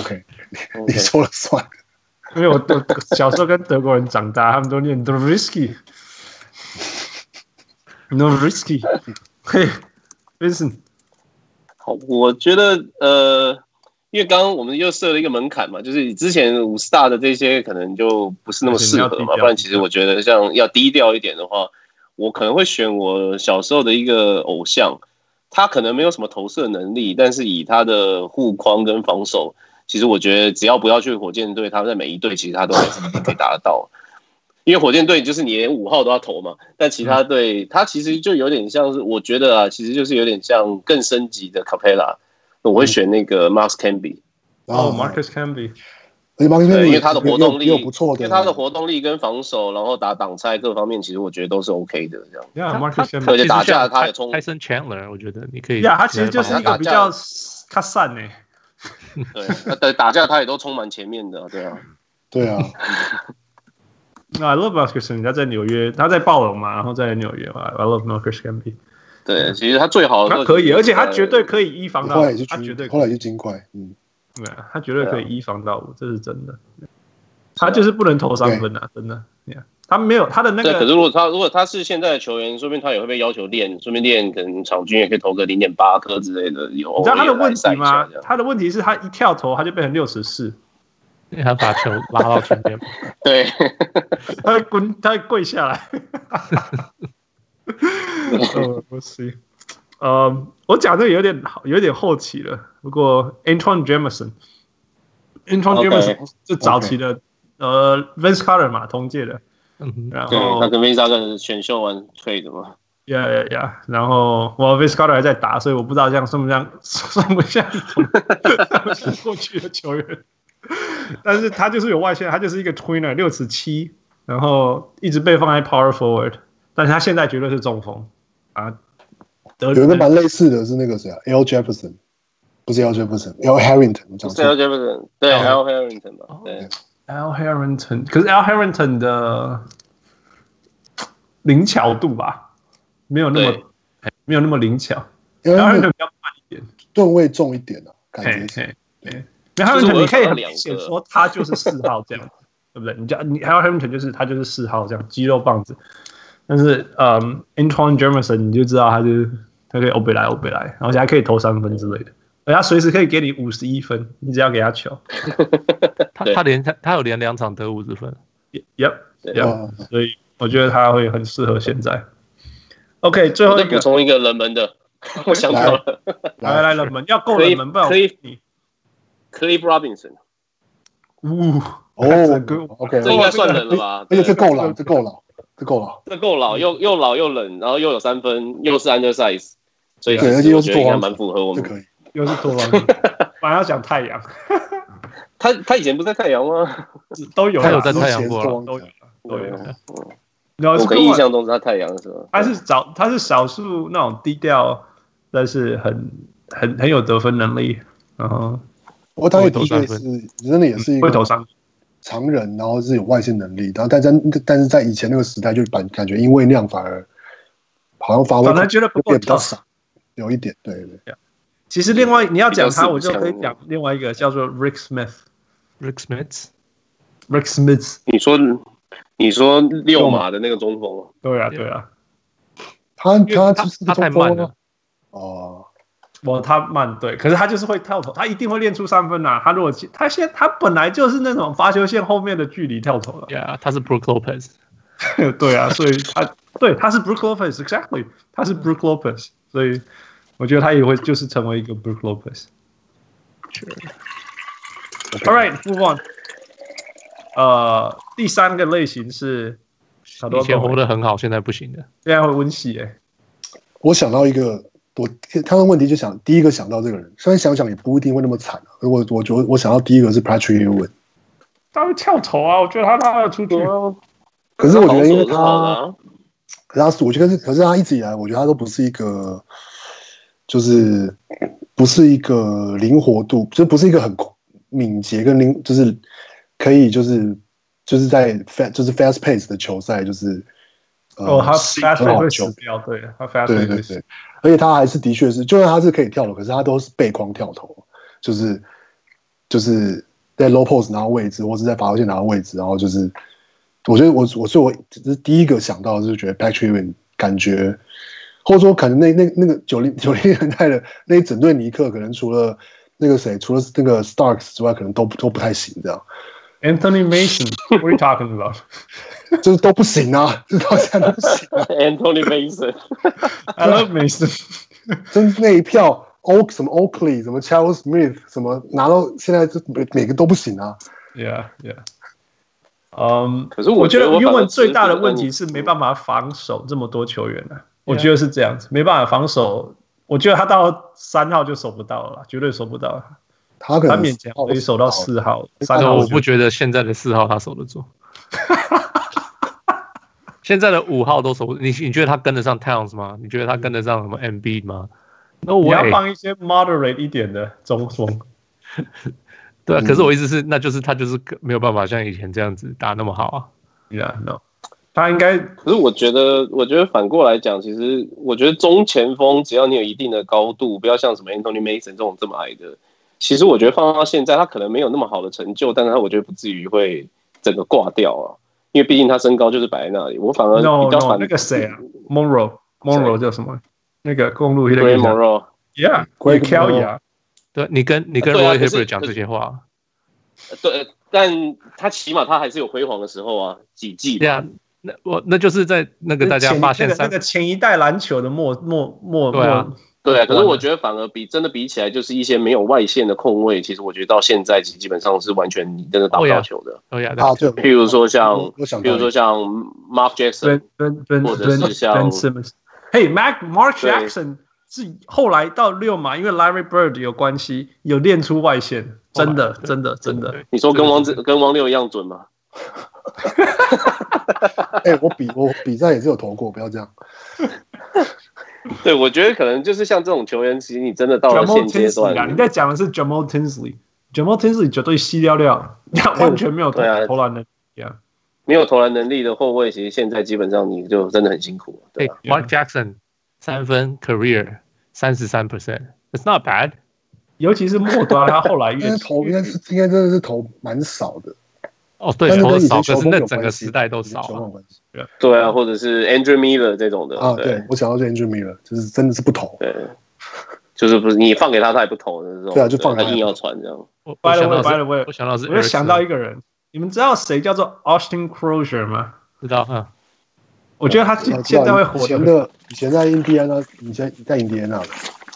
S3: OK，你说了算。
S1: 因为我德小时候跟德国人长大，他们都念 The Risky。No risky，嘿，Vincent，
S2: 好，我觉得呃，因为刚刚我们又设了一个门槛嘛，就是你之前五 star 的这些可能就不是那么适合
S1: 而且你要
S2: 嘛，
S1: 低调
S2: 不然其实我觉得像要低调一点的话，我可能会选我小时候的一个偶像，他可能没有什么投射能力，但是以他的护框跟防守，其实我觉得只要不要去火箭队，他在每一队其实他都还是可以打得到。因为火箭队就是你连五号都要投嘛，但
S1: 嗯
S2: 其他队他其实就有点像是，我觉得啊，其实就是有点像更升级的 Capella，我
S1: 嗯
S2: 会选那个 Max Camby，
S3: 然后
S1: 哦，Marcus Camby，
S3: 而且 Marcus
S2: 对，因为他的活动力
S3: 也有不错
S2: 因
S3: 的，
S2: 为他的活动力跟防守，然后打挡拆各方面，其实我觉得都是 OK 的这样。
S1: Yeah,
S4: 他
S1: Marcus
S4: 他
S1: Camby
S2: 而且打架他也
S4: 其实像
S2: 冲
S4: Tyson Chandler，我觉得你可以。
S1: 呀，他其实就是一个比较
S2: 打
S1: 卡散呢。
S2: 啊对，那打打架他也都冲蛮前面的，对啊。
S3: 对啊，
S1: No, I love Miles Christian. 他在纽约，他在暴龙嘛，然后在纽约嘛。I love Miles Christian B。
S2: 对，其实他最好
S1: 嗯
S2: 的
S1: 他可以，而且他绝对
S2: 以。
S1: 可以一防到
S3: 后来也
S1: 五
S3: 是，
S1: 他绝
S3: 军
S1: 对，可
S3: 后
S1: 以
S3: 来也是金块，嗯，
S1: 对啊，他绝对可以一防到五，这是真的。他就是不能投三分啊，真的。Yeah. 他没有他的那
S2: 对，可是
S1: 个，
S2: 如果他如果他是现在的球员，说不定他也会被要求练，顺便练可能场均也可以投个零点八颗之类的，有
S1: 你
S2: 偶
S1: 知道
S2: 尔
S1: 他
S2: 也
S1: 的
S2: 来
S1: 问
S2: 赛
S1: 题
S2: 一下
S1: 吗
S2: 这？样。
S1: 他的问题是他一跳投他就变成六十四，
S4: 因为他把球拉到前面，
S2: 对，
S1: 他会 滚，他会跪下来。呃，不是，呃，我讲这个有点有点后期了。不过 Antoine Jameson，Antoine
S2: OK
S1: Jameson 是早期的呃 Vince Carter 嘛，同届的。
S4: 嗯哼，
S1: 然
S2: 对
S1: 后
S2: 他跟 Visa 跟选秀完退的嘛，
S1: 呀呀呀！然后我 Vince Carter 还在打，所以我不知道这样算 不像算不像算不像过去的球员。但是他就是有外线，他就是一个 tweener，六尺七，然后一直被放在 power forward，但是他现在绝对是中锋啊。得
S3: 有一个蛮类似的是那个谁啊，L Jefferson，不是 L Jefferson，L Harrington，我讲
S2: 是 L
S3: 错，
S2: Jefferson，对
S1: 哦
S2: L Harrington 嘛
S1: 哦，
S2: 对，
S1: Al Harrington，可是 Al Harrington 的灵巧度吧，没有那么
S2: 对
S1: 没有那么灵巧
S3: 因
S1: ，Al
S3: 为
S1: Harrington 比较慢一点。
S3: 吨位重一点啊，感
S1: 嘿
S3: 觉是
S1: 嘿，对，然后 Hamilton 你可以很明
S2: 就是我有想到
S1: 显
S2: 两个
S1: 说他就是四号这样，对不对？你叫你还有 Hamilton 就是他就是四号这样肌肉棒子，但是嗯，Antoine Jameson 你就知道他就是他可以欧北来欧北来，然后而且还可以投三分之类的，而且他随时可以给你五十一分，你只要给他球。
S4: 他
S2: 对
S4: 他连他他有连两场得五十分，
S1: Yep，
S2: 对
S1: Yep，
S3: 啊，
S1: 所以我觉得他会很适合现在。OK，最
S2: 我
S1: 后
S2: 再
S1: 一
S2: 补
S1: 个
S2: 充一个冷门的，我想到了
S1: 来来冷门，要够冷门，不然我
S2: 可以
S1: 给你。
S2: Cliff Robinson，
S1: 呜，
S3: 哦
S1: 这个
S3: ，OK，
S2: 这应该算冷了吧？
S3: 而且哦
S2: 对
S3: 这够老，这够老，这够老，
S2: 这够老，又又老又冷，然后又有三分，又是 undersize，所以
S3: 对
S2: 其
S3: 而
S2: 实
S3: 且又
S2: 我
S3: 是
S2: 觉得应该
S3: 多
S2: 蛮符合我
S3: 这
S2: 们。
S3: 可以。
S1: 又是多 了，马上讲太阳，
S2: 他他以前不在太阳吗？
S1: 都有啦，
S4: 他有在
S1: 都
S4: 太阳过了，
S1: 都有啦，都有啦。
S2: 我
S1: 然后
S2: 可印象中是他太阳的时候。
S1: 他是少，他是少数那种低调，但是很很很有得分能力，然后
S3: 不过他
S4: 会
S3: 也
S4: 投
S3: 的确
S4: 三分
S3: 是真的也是
S1: 嗯
S3: 一
S1: 会投
S3: 个
S1: 三分。
S3: 常人，然后是有外线能力，然后但在但是在以前那个时代就感感觉因为那样反而好像发挥
S1: 反而觉得不够
S3: 也比较
S1: 强
S3: 少，有一点对对。
S1: 其实另外你要讲
S2: 比较四
S1: 他，
S2: 不
S1: 我就可以
S2: 像
S1: 讲另外一个叫做 Rick Smith，Rick
S4: Rick Smith
S1: Smith。
S2: 你说你说六码的那个中锋，
S1: 对啊，对啊，
S3: 他
S4: 因为
S3: 他
S4: 他
S3: 其实
S4: 他太慢了，
S3: 啊哦，
S1: 我他慢对，可是他就是会跳投，他一定会练出三分啊。他如果他现他本来就是那种罚球线后面的距离跳投了，
S4: ，Yeah，他是 Brook Lopez，
S1: 对啊，所以他对他是 Brook Lopez，exactly，他是 Brook Lopez，所以我觉得他也会就是成为一个 Brook Lopez。All right, move on。呃，第三个类型是好多
S4: 以前活得很好，现在不行的。
S1: 现在会温习哎，
S3: 我想到一个，我他的问题就想第一个想到这个人，虽然想想也不一定会那么惨、啊，我我觉得我想到第一个是 Patrick Ewing，
S1: 他会跳投啊，我觉得他拉得出去。
S3: 可是我觉得因为
S2: 他好
S3: 他，
S2: 的啊
S3: 可是他是我觉得是，可是他一直以来，我觉得他都不是一个，就是不是一个灵活度，就不是一个很敏捷跟灵，就是可以就是就是在 fast 就是 fast pace 的球赛，就是呃
S1: 哦，他
S3: 是一个
S1: fast break
S3: 很好的
S1: 会
S3: 球
S1: 死掉，对，他 fast
S3: 对
S1: break
S3: 对
S1: 会死
S3: 对，而且他还是的确是，就算他是可以跳的，可是他都是背框跳投，就是就是在 low post 拿到位置，或是在罚球线拿到位置，然后就是我觉得我我所以我只是第一个想到的就是觉得 Patrick Ewing 感觉，或者说可能那那那个九零九零年代的那一整队尼克，可能除了那个谁，除了那个 Starks 之外，可能都都不太行，这样
S1: Anthony Mason，what are you talking about？
S3: 就是都不行啊， 就是到现在都不行啊，
S2: Anthony Mason，
S1: I love Mason。
S3: 真是那一票 O 什么 Oakley 什么 Charles Smith 什么拿到现在这每每个都不行啊。
S1: Yeah, yeah. 嗯、
S2: 可是
S1: 我
S2: 觉
S1: 觉
S2: 得
S1: 得
S2: 我
S1: 英
S2: 反
S1: 文
S2: 而
S1: 最大的
S2: 觉得
S1: 问题是没办法防守这么多球员啊，我觉得是这样子，没办法防守。我觉得他到三号就守不到了啦，绝对守不到了。
S3: 他可
S1: 他
S3: 能哦
S1: 勉强可以守到四号，三
S3: 那
S4: 哦
S1: 号
S4: 那我
S1: 觉得
S4: 不觉得现在的四号他守得 住，现在的五号都守不。你你觉得他跟得上 Towns 吗？你觉得他跟得上什么 MB 吗？No
S1: 你要
S4: way。
S1: 放一些 moderate 一点的中锋。
S4: 对啊，
S3: 嗯
S4: 可是我意思是，那就是他就是没有办法像以前这样子打那么好啊。
S1: Yeah, no，他应该
S2: 可是我觉得，我觉得反过来讲，其实我觉得中前锋只要你有一定的高度，不要像什么 Anthony Mason 这种这么矮的，其实我觉得放到现在，他可能没有那么好的成就，但是他我觉得不至于会整个挂掉啊，因为毕竟他身高就是摆在那里。我反而
S1: no
S2: 呃比较
S1: no
S2: 反
S1: 那个谁啊，Monroe Monroe 叫什么？那个公路
S2: g r a y m o r o w
S1: Yeah，
S3: Greg
S1: k e l y
S3: Monroe
S1: a
S4: 对你跟你跟
S2: 对啊
S4: Roy
S2: 可是
S4: Hibbert 讲这些话，
S2: 对，但他起码他还是有辉煌的时候啊，几季
S4: 对
S2: 嘛。
S4: 啊，那我那就是在那个大家
S1: 前
S4: 发现
S1: 那个那
S4: 三
S1: 个前一代篮球的末末末
S4: 对啊
S1: 末
S2: 对啊，可是
S4: 完了
S2: 我觉得反而比真的比起来，就是一些没有外线的空位，其实我觉得到现在基本上是完全你真的打不
S4: 哦呀
S2: 到球的。
S4: 哦呀，
S3: 啊，对，
S2: 譬如说像
S1: 嗯
S3: 我我想，
S2: 譬
S3: 到
S2: 如说像 Mark Jackson，
S1: Ben Ben Ben
S2: 或者是
S1: Ben
S2: 像
S1: Ben Simmons。Hey Mac Mark
S2: 对
S1: Jackson 是后来到六嘛，因为 Larry Bird 有关系，有练出外线，
S4: Oh my
S1: 真的
S4: God
S1: 真的真的。
S4: 对
S2: 你说跟王子
S4: 对
S2: 跟王六一样准吗？
S3: 哎、我比我比赛也是有投过，不要这样。
S2: 对，我觉得可能就是像这种球员，其实你真的到了
S1: Jamal
S2: 现阶
S1: Tinsley 啊，你
S2: 段，
S1: 在讲的是 Jamal Tinsley，Jamal Tinsley 绝对稀掉掉，完全没有投
S2: 对啊
S1: 投篮能力啊。
S2: 没有投篮能力的后卫，其实现在基本上你就真的很辛苦了，对
S4: 哎
S2: 吧？
S4: ，Mark Jackson 三分 career 三十三 percent，it's not bad。
S1: 尤其是末端，他后来
S3: 应该
S1: 越
S3: 投应该是应该真的是投蛮少的，
S4: 哦，对，
S3: 但是
S4: 投
S3: 跟
S4: 的
S3: 以
S4: 少，
S3: 前
S4: 可
S3: 球
S4: 是
S3: 风
S4: 那
S3: 有
S4: 整个
S3: 关系
S4: 时代都
S3: 跟以前
S4: 少
S3: 球风有
S4: 啊。
S3: 关系
S2: 对啊，或者是 Andrew Miller 这种的，
S3: 啊。
S2: 对
S3: 对，我想到这 Andrew Miller，就是真的是不投。
S2: 对，就是不是你放给他，他也不投的这种，
S3: 对啊就放给
S2: 他
S3: 他
S2: 硬要传这样。
S4: 我我
S1: By the
S4: 想
S1: way,
S4: 到
S1: by
S4: 是，
S1: the way，
S4: 我想到是，
S1: 我又想到一个人，你们知道谁叫做 Austin Crozier 吗？
S4: 知道，嗯，
S1: 我觉得他
S3: 啊
S1: 现
S3: 知道
S1: 现在会
S3: 以
S1: 火
S3: 前
S1: 的，
S3: 的以前在印第安纳，以前在印第安纳的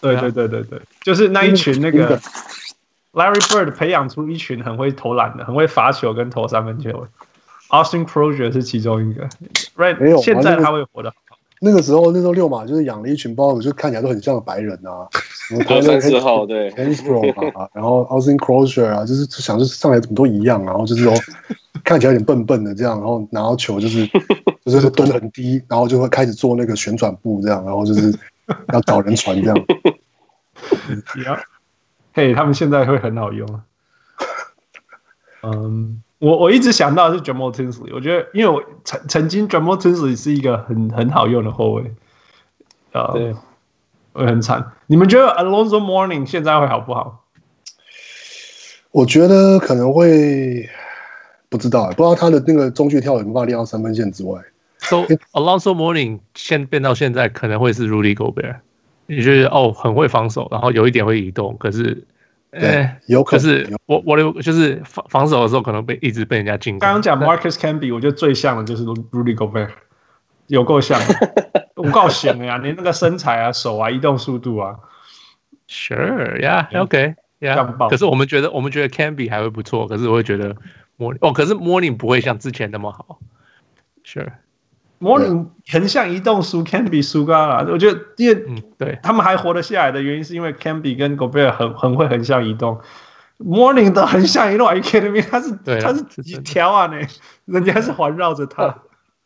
S1: 对
S4: 对
S1: 对
S4: 啊
S1: 对对对，就是那一群那
S3: 那
S1: 个
S3: 个
S1: Larry Bird 培养出一群很会投篮的、很会罚球跟投三分球的。Austin Crozier 是其中一个
S3: 没
S1: ，Right？
S3: 有啊
S1: 现在
S3: 那个
S1: 他会火的。
S3: 那个时候，那时候六马就是养了一群包子，就看起来都很像的白人啊，什么
S2: 还有三四号， 对
S3: h a n s r o 啊， 然后 Austin Crozier 啊，就是想就是上来怎么都一样，啊然后就 是说看起来有点笨笨的这样，然后拿到球就是就是蹲得很低，然后就会开始做那个旋转步这样，然后就是要找人传这 样。
S1: Yeah，嘿，他们现在会很好用啊。嗯，我我一直想到的是 Jamal Tinsley，我觉得因为我曾曾经 Jamal Tinsley 是一个很很好用的后卫，呃，
S2: 对，
S1: 会很惨。你们觉得 Alonso Morning 现在会好不好？
S3: 我觉得可能会不知道，欸不知道他的那个中距跳有没有办法练到三分线之外。
S4: So Alonso Morning 现变到现在可能会是 Rudy Gobert，你觉得哦很会防守，然后有一点会移动，可是，
S3: 对
S4: 呃，，
S3: 有可
S4: 可
S3: 能
S4: 是
S3: 有
S4: 我我的就是防防守的时候可能被一直被人家进攻。
S1: 刚刚讲 Marcus Camby，我觉得最像的就是 Rudy Gobert，有够像的，我够型的呀！你那个身材啊、手啊、移动速度啊，
S4: Sure, yeah,
S3: 嗯
S4: OK,
S1: 干
S4: yeah。
S1: 爆
S4: 可是我们觉得，我们觉得 Canby 还会不错，可是我会觉得 Morning 哦，可是 Morning 不会像之前那么好。Sure，
S1: Morning 很像移动输 Camby 输嘎啦，我觉得因为
S4: 嗯，对，
S1: 他们还活得下来的原因是因为 Camby 跟 Gobert 很很会很像移动。Morning 的很像移动，Are you kidding me？他是
S4: 对啊
S1: 他是
S4: 是
S1: 几
S4: 真的
S1: 条啊呢？人家是环绕着他。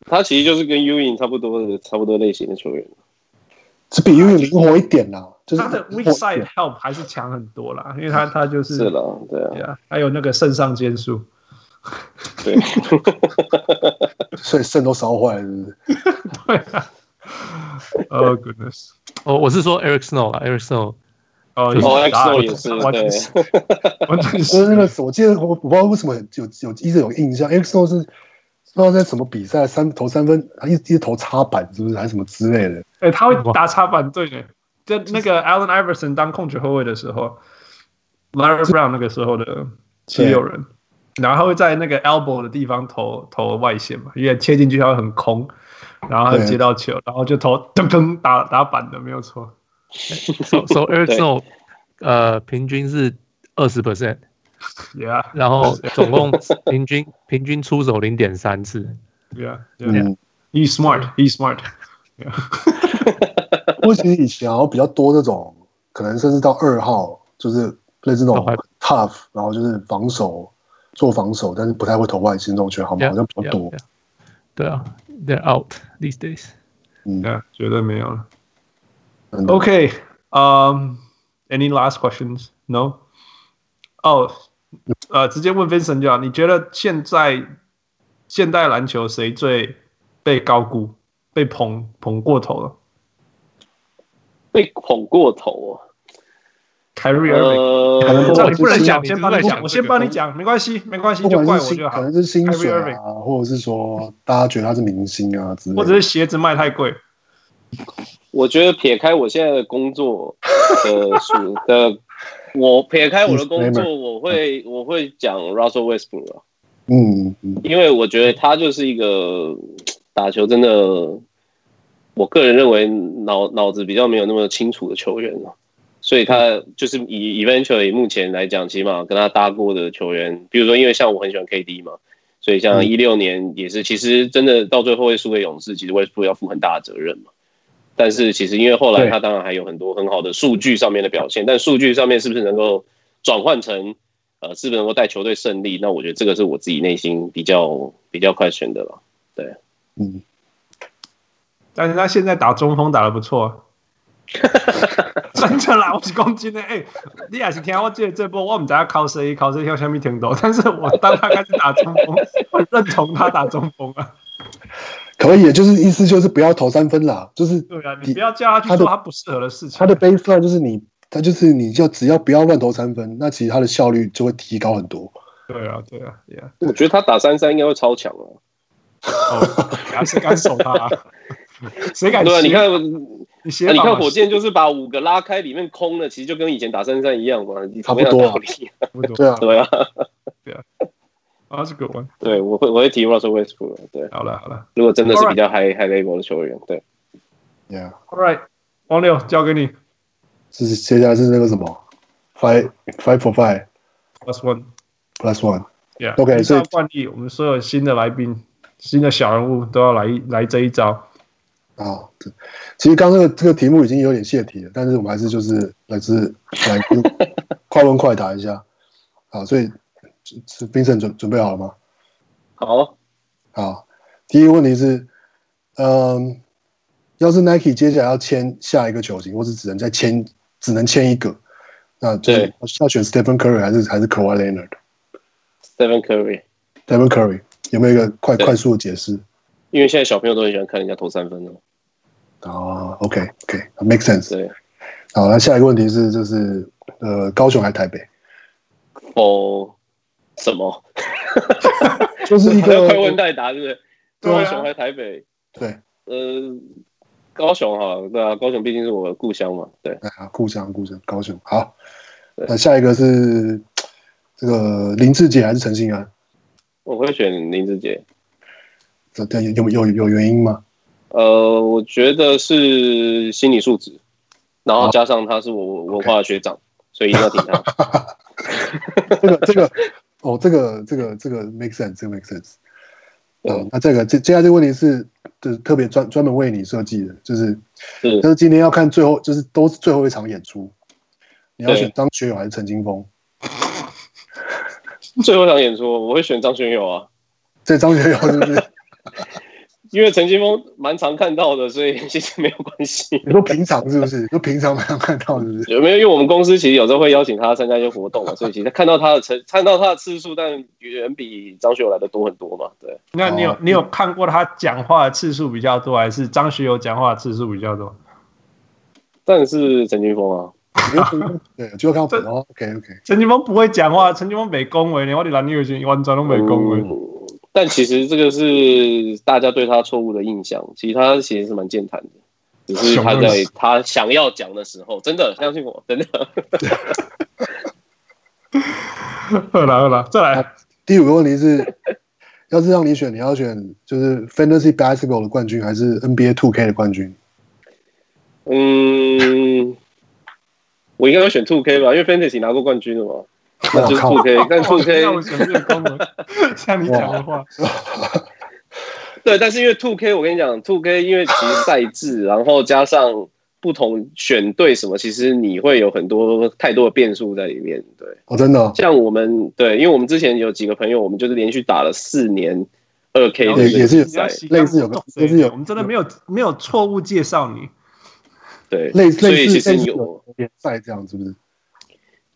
S2: 他其实就是跟 U i n 差不多的差不多类型的球员。
S3: 只比运灵活一点啦，就是
S1: 他的 weak
S3: 灵活
S1: side help 还是强很多啦，因为他他就是
S2: 是了，对啊
S1: 对，啊，还有那个肾上腺素。
S2: 对。
S3: 所以肾都烧坏了是不是。
S1: 对啊。Oh goodness！
S4: 哦，我是说 Eric Snow 啦 ，Eric Snow
S1: 哦，
S2: 哦
S1: 你答
S2: ，X
S1: 案
S2: o 也是，
S1: 完全是，
S2: 对，
S1: 完 全
S3: 就是那
S1: 是。
S3: 个时候，我记得我我不知道为什么有有一直有印象，X O 是不知道在什么比赛三投三分，啊他一直一直投插板是不是还是什么之类的？
S1: 哎，他会打插板对的，就那个 Allen Iverson 当控球后卫的时候，Larry Brown 那个时候的七六人，然后他会在那个 elbow 的地方投投外线嘛，因为切进去他会很空，然后他就
S3: 对
S1: 接到球，然后就投噔噔打打板的，没有错。
S4: ，so so Eric
S2: 对
S4: Snow 呃平均是二十 percent，
S1: Yeah,
S4: 然 后总共平均平均出手零点三次。
S1: yeah, yeah.
S3: 嗯，
S1: He's smart, he's smart.
S3: 不过其实以前好像比较多这种，可能甚至到二号，就是类似那种 tough，然后就是防守做防守，但是不太会投外线这种球，好像哦
S4: Yeah,
S3: 好像比较
S4: yeah,
S3: 多
S4: yeah.。对啊，They're out these days。
S3: 嗯
S1: Yeah，绝对没有了。
S3: 嗯
S1: Okay. Um, any last questions? No. Oh, uh, 哦，呃，直接问 Vincent 就好。你觉得现在现代篮球谁最被高估、被捧捧过头了
S2: 被捧过头
S1: ？Kyrie
S2: 哦。
S1: Irving，
S3: 可能
S2: 呃，
S3: 不
S1: 这
S3: 我
S1: 你不能
S3: 是
S1: 讲，
S4: 你
S1: 先
S4: 是
S1: 帮
S4: 在
S1: 你
S4: 讲
S1: 讲，我
S4: 这
S1: 先
S4: 个
S1: 帮你讲，没关系，没关系，
S3: 不
S1: 就怪
S3: 管
S1: 我
S3: 是薪，
S1: 就
S3: 可
S1: 好。
S3: 能是薪水
S1: Kyrie
S3: 啊，或者是说大家觉得他是明星啊之类
S1: 或者
S3: 的。
S1: 是鞋子卖太贵，
S2: 我觉得撇开我现在的工作的属的，我撇开我的工
S3: Disclaimer
S2: 作，我会我会讲 Russell Westbrook 啊
S3: 嗯嗯，
S2: 因为我觉得他就是一个打球真的，我个人认为脑脑子比较没有那么清楚的球员了，所以他就是以 eventually 目前来讲，起码跟他搭过的球员，比如说因为像我很喜欢 KD 嘛，所以像
S3: 嗯
S2: 一六年也是，其实真的到最后会输给勇士，其实 Westbrook 要负很大的责任嘛。但是其实因为后来
S3: 对
S2: 他当然还有很多很好的数据上面的表现，但数据上面是不是能够转换成呃，是不是能够带球队胜利？那我觉得这个是我自己内心比较比较快选的了。
S3: 嗯
S1: 但是他现在打中锋打得不错 啊。真的啦，我是讲真的，哎、你也是听我这这波，我们知道靠谁靠谁跳下面听到，但是我当他开始打中 锋，我认同他打中锋啊。
S3: 可以，就是意思就是不要投三分啦，就是
S1: 对啊，你不要叫他去做他不适合的事情。
S3: 他的 baseline 就是你，他就是你就只要不要乱投三分，那其实他的效率就会提高很多。
S1: 对啊，对啊，Yeah，
S2: 我觉得他打三三应该会超强啊。
S1: 哦，还是敢守他、 啊？谁敢？
S2: 对啊，你看，
S1: 你写
S2: 啊
S1: 法
S2: 你
S1: 嘛，
S2: 看火箭就是把五个拉开，里面空了，其实就跟以前打三三一样嘛，
S3: 差不多啊
S2: 同样的道理。
S1: 不多
S3: 对啊，
S2: 对啊，
S1: 啊，这个我
S2: 对，我会我会提 Russell Westbrook。对，啊
S1: 好了好了
S2: 如果真的是比较 high high level 的球员，对。
S3: yeah.
S1: ，All right，王六交给你
S3: 是接下来是那个什么 five five for five
S1: ，Plus One。
S3: plus one。
S1: Yeah.
S3: OK，
S1: 依
S3: 所以
S1: 照惯例，我们所有新的来宾、新的小人物都要来一来这一招。
S3: 啊，对其实刚刚这个这个题目已经有点泄题了，但是我们还是就是来自来快问快答一下。好，所以是是冰城准准备好了吗？
S2: 好，
S3: 好，第一个问题是，嗯，要是 Nike 接下来要签下一个球星，或是只能再签只能签一个，那就是
S2: 对
S3: 要选 Stephen Curry 还是还是 Kawhi Leonard？Stephen
S2: Stephen Curry，
S3: Curry 有没有一个快
S2: 对
S3: 快速的解释？
S2: 因为现在小朋友都很喜欢看人家投三分哦。
S3: 哦，OK，OK，make sense。
S2: 对
S3: 好，那下一个问题是，就是呃，高雄还是台北？
S2: ，for 哦什么？
S3: 就是一 个
S2: 快问快答，对不对？
S1: 对啊
S2: 高雄还是台北？
S3: 对，哎
S2: 呃，高雄哈，对啊，高雄毕竟是我的故乡嘛，对，
S3: 哎呀，故乡故乡高雄。好，
S2: 对
S3: 那下一个是这个林志杰还是陈信安？
S2: 我会选林志杰。
S3: 这这有有有原因吗？
S2: 呃，我觉得是心理素质，然后加上他是我文化的学长，所以一定要挺他。
S3: 这个这个哦，这个这个这个 make sense，这个 make sense。嗯，那这个接接下来这个问题是，就是特别专专门为你设计的，就是
S2: 是
S3: 但是今天要看最后，就是都是最后一场演出，你要
S2: 对
S3: 选张学友还是陈金峰？
S2: 最后一场演出，我会选张学友啊，
S3: 这张学友是不是？
S2: 因为陈金峰蛮常看到的，所以其实没有关系。
S3: 你说平常是不是？就平常没有看到是不是？
S2: 有没有？因为我们公司其实有时候会邀请他参加一些活动嘛，所以其实看到他的成看到他的次数，但远比张学友来的多很多嘛。对，
S1: 那你有、
S3: 哦
S1: 你有看过他讲话的次数比较多，还是张学友讲话的次数比较多？
S2: 但是陈金峰啊，
S3: 对，就看到本哦，OK OK，
S1: 陈金峰不会讲话，陈金峰没恭维你，我的男女已经完全都没恭维。
S3: 哦
S2: 嗯但其实这个是大家对他错误的印象，其实他其实是蛮健谈的，只是他在
S1: 熊
S2: 他想要讲的时候，真的相信我，真的
S1: 好了好了，再来。
S3: 第五个问题是，要是让你选，你要选就是 Fantasy Basketball 的冠军，还是 NBA Two K 的冠军？
S2: 嗯，我应该会选 Two K 吧，因为 Fantasy 拿过冠军的嘛，那就是
S3: 我靠
S2: Two，K，但 Two
S1: 那我
S2: K
S1: 想这个恭维， 像你讲的话，
S2: 对，但是因为 Two K 我跟你讲，Two K 因为其实赛制，然后加上不同选队什么，其实你会有很多太多的变数在里面，对。
S3: 哦，真的哦，
S2: 像我们对，因为我们之前有几个朋友，我们就是连续打了四年二 K
S1: 了解
S2: 的这
S3: 也
S2: 个
S3: 是有
S2: 比赛，
S3: 类似有个类似有
S1: 我们真的没有没有错误介绍你。
S2: 对，
S3: 类似
S2: 所以
S3: 类
S2: 其
S3: 似
S2: 实
S3: 类似
S2: 有
S3: 有联赛这样，是不是？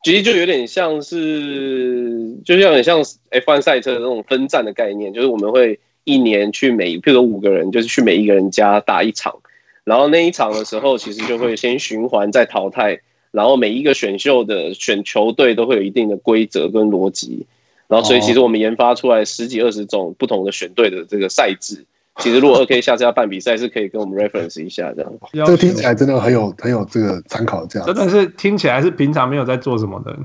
S2: 其实就有点像是，就像很像 F1 赛车的那种分站的概念，就是我们会一年去每，譬如说五个人，就是去每一个人家打一场，然后那一场的时候，其实就会先循环再淘汰，然后每一个选秀的选球队都会有一定的规则跟逻辑，然后所以其实我们研发出来十几二十种不同的选队的这个赛制，其实如果 2K 下次要办比赛，是可以跟我们 reference 一下这样。
S1: 这
S3: 这个听起来真的很有很有这个参考价值
S1: 真。的是听起来是平常没有在做什么的人。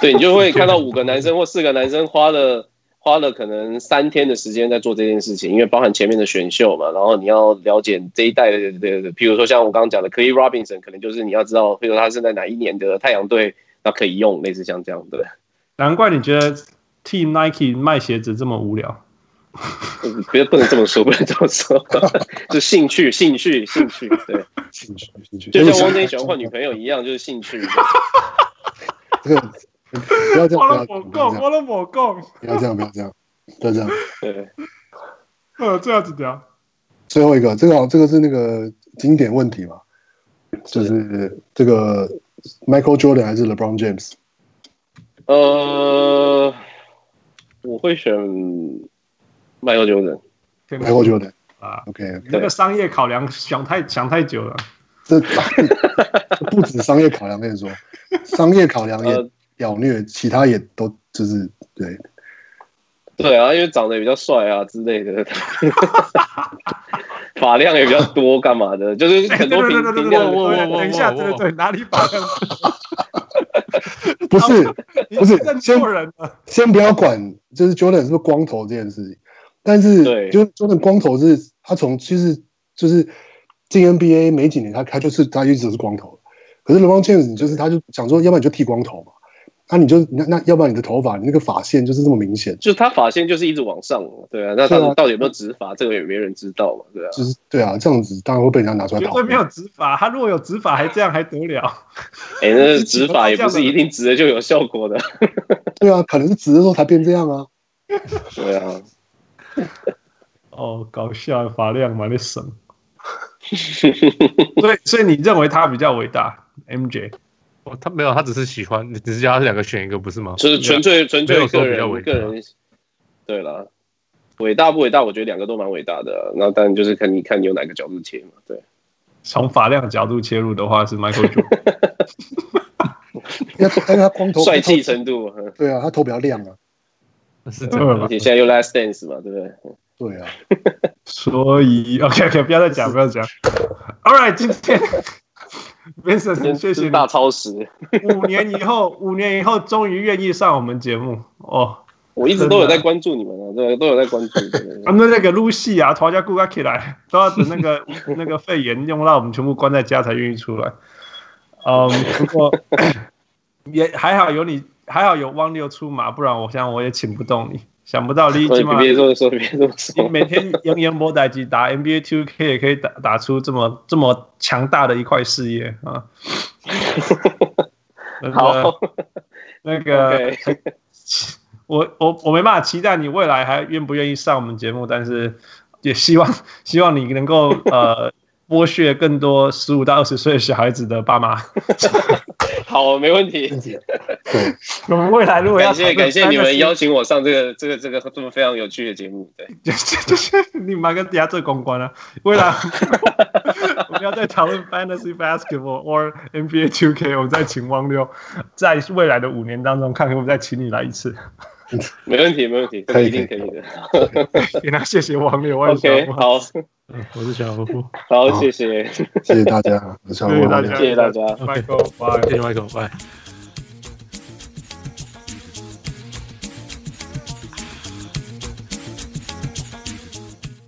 S2: 对你就会看到五个男生或四个男生花了花了可能三天的时间在做这件事情，因为包含前面的选秀嘛，然后你要了解这一代的的的，的譬如说像我刚刚讲的 c l e y Robinson，可能就是你要知道，譬如说他是在哪一年的太阳队，那可以用类似像这样的，
S1: 难怪你觉得替 Nike 卖鞋子这么无聊。
S2: 嗯不不能这么说，不能这么说， 就兴趣兴趣兴趣，对，
S3: 兴趣兴趣，
S2: 就像汪真喜欢换女朋友一样，就是兴趣。
S3: 这个不要这样，不要不要这样
S1: 都抹供，
S3: 不要这样，不要这样，不要这样。
S2: 对，
S1: 呃，这样子聊。
S3: 最后一个，这个好，这个是那个经典问题嘛，就是这个 Michael Jordan 还是 LeBron James？
S2: 呃，我会选 Michael Jordan。
S1: 天哪
S3: Michael Jordan。
S1: 啊，
S3: OK，
S1: 你那个商业考量想太想太久了。
S3: 这不止商业考量，跟你说，商业考量也
S2: 呃
S3: 屌虐，其他也都就是对。
S2: 对啊，因为长得也比较帅啊之类的， 发量也比较多，干嘛的？就是很多评评
S4: 对
S2: 论
S4: 对对
S1: 哎 对等一下，对对对，哪里 把
S3: 不是，
S1: 你认错人了？
S3: 先不要管，就是 Jordan 是不是光头这件事情，但是
S2: 对
S3: 就 Jordan 光头是他从其实就是进 NBA 没几年，他他就是他一直都是光头。可是 LeBron James 你就是他就想说，要不然你就剃光头嘛，那、你就那那要不然你的头发你那个发线就是这么明显，
S2: 就是他发线就是一直往上，对啊，那他
S3: 对啊
S2: 到底有没有执法，这个也没人知道嘛，对 啊。
S3: 就是对啊，这样子当然会被人家拿出来
S1: 绝
S3: 讨
S1: 对
S3: 论。
S1: 没有执法，他如果有执法还这样还得了？
S2: 哎、那个执法也不是一定直的就有效果的，
S3: 对啊，可能是直的时候才变这样啊。
S2: 对啊。
S1: 哦，搞笑，发量嘛，你 省。所以，所以你认为他比较伟大？MJ
S4: 哦他没有，他只是喜欢，只是叫他两个选一个，不是吗？
S2: 就是纯粹纯粹个
S4: 没有说比较
S2: 人
S4: 伟
S2: 个
S4: 大
S2: 人，对啦，伟大不伟大，我觉得两个都蛮伟大的啊、那当然就是看你看你有哪个角度切嘛，对。
S1: 从发量角度切入的话是 Michael Jordan，
S3: 因为但是他光头
S2: 帅气程度，嗯
S3: 对啊，他头比较亮啊。
S4: 是真
S1: 对
S4: 的。
S1: 吧
S2: 而且现在又 Last Dance 嘛，对不对？
S3: 对啊，
S1: 所以 OK OK，不要再讲，不要再讲。All right，今天 Vincent，谢谢
S2: 是
S1: 你。
S2: 大超时。
S1: 五年以后，五年以后终于愿意上我们节目哦。
S2: 我一直都有在关注你们啊，对，都有在关注。对对
S1: 啊，那那个露西啊，团家顾客起来，都要等那个那个肺炎用到我们全部关在家才愿意出来。嗯，不过也还好有你，还好有汪六出马，不然我想我也请不动你。想不到你起
S2: 对所以
S1: 码
S2: 别这么说，别这 么
S1: 你
S2: 说。
S1: 每天扬言博代机打 NBA Two K 也可以打打出这么这么强大的一块事业 啊。真的
S2: 好，
S1: 那个
S2: OK
S1: 我我我没办法期待你未来还愿不愿意上我们节目，但是也希望 希望你能够呃剥削更多十五到二十岁的小孩子的爸妈。
S2: 好，没问 题。
S3: 对，
S1: 我们未来如果要
S2: 感谢感谢你们邀请我上这个这个这个这么非常有趣的节目。对，
S1: 就是就是你妈跟底下做公关了、啊， 未来我们要再讨论 fantasy basketball or NBA 2K，我们再请汪六在未来的五年当中，看可不可以再请你来一次。
S2: 没问题，没问题，这
S3: 可
S2: 个
S3: 以
S2: 一定可以的。
S1: 给他谢谢汪六，我也想
S2: OK，好
S4: 嗯我是小夫，
S2: 好，谢谢，
S3: 谢谢大家，我是小
S1: 谢谢大
S3: 王
S1: 家，
S2: 谢谢大家。
S1: ，Michael，拜。
S4: 谢谢 Michael，拜。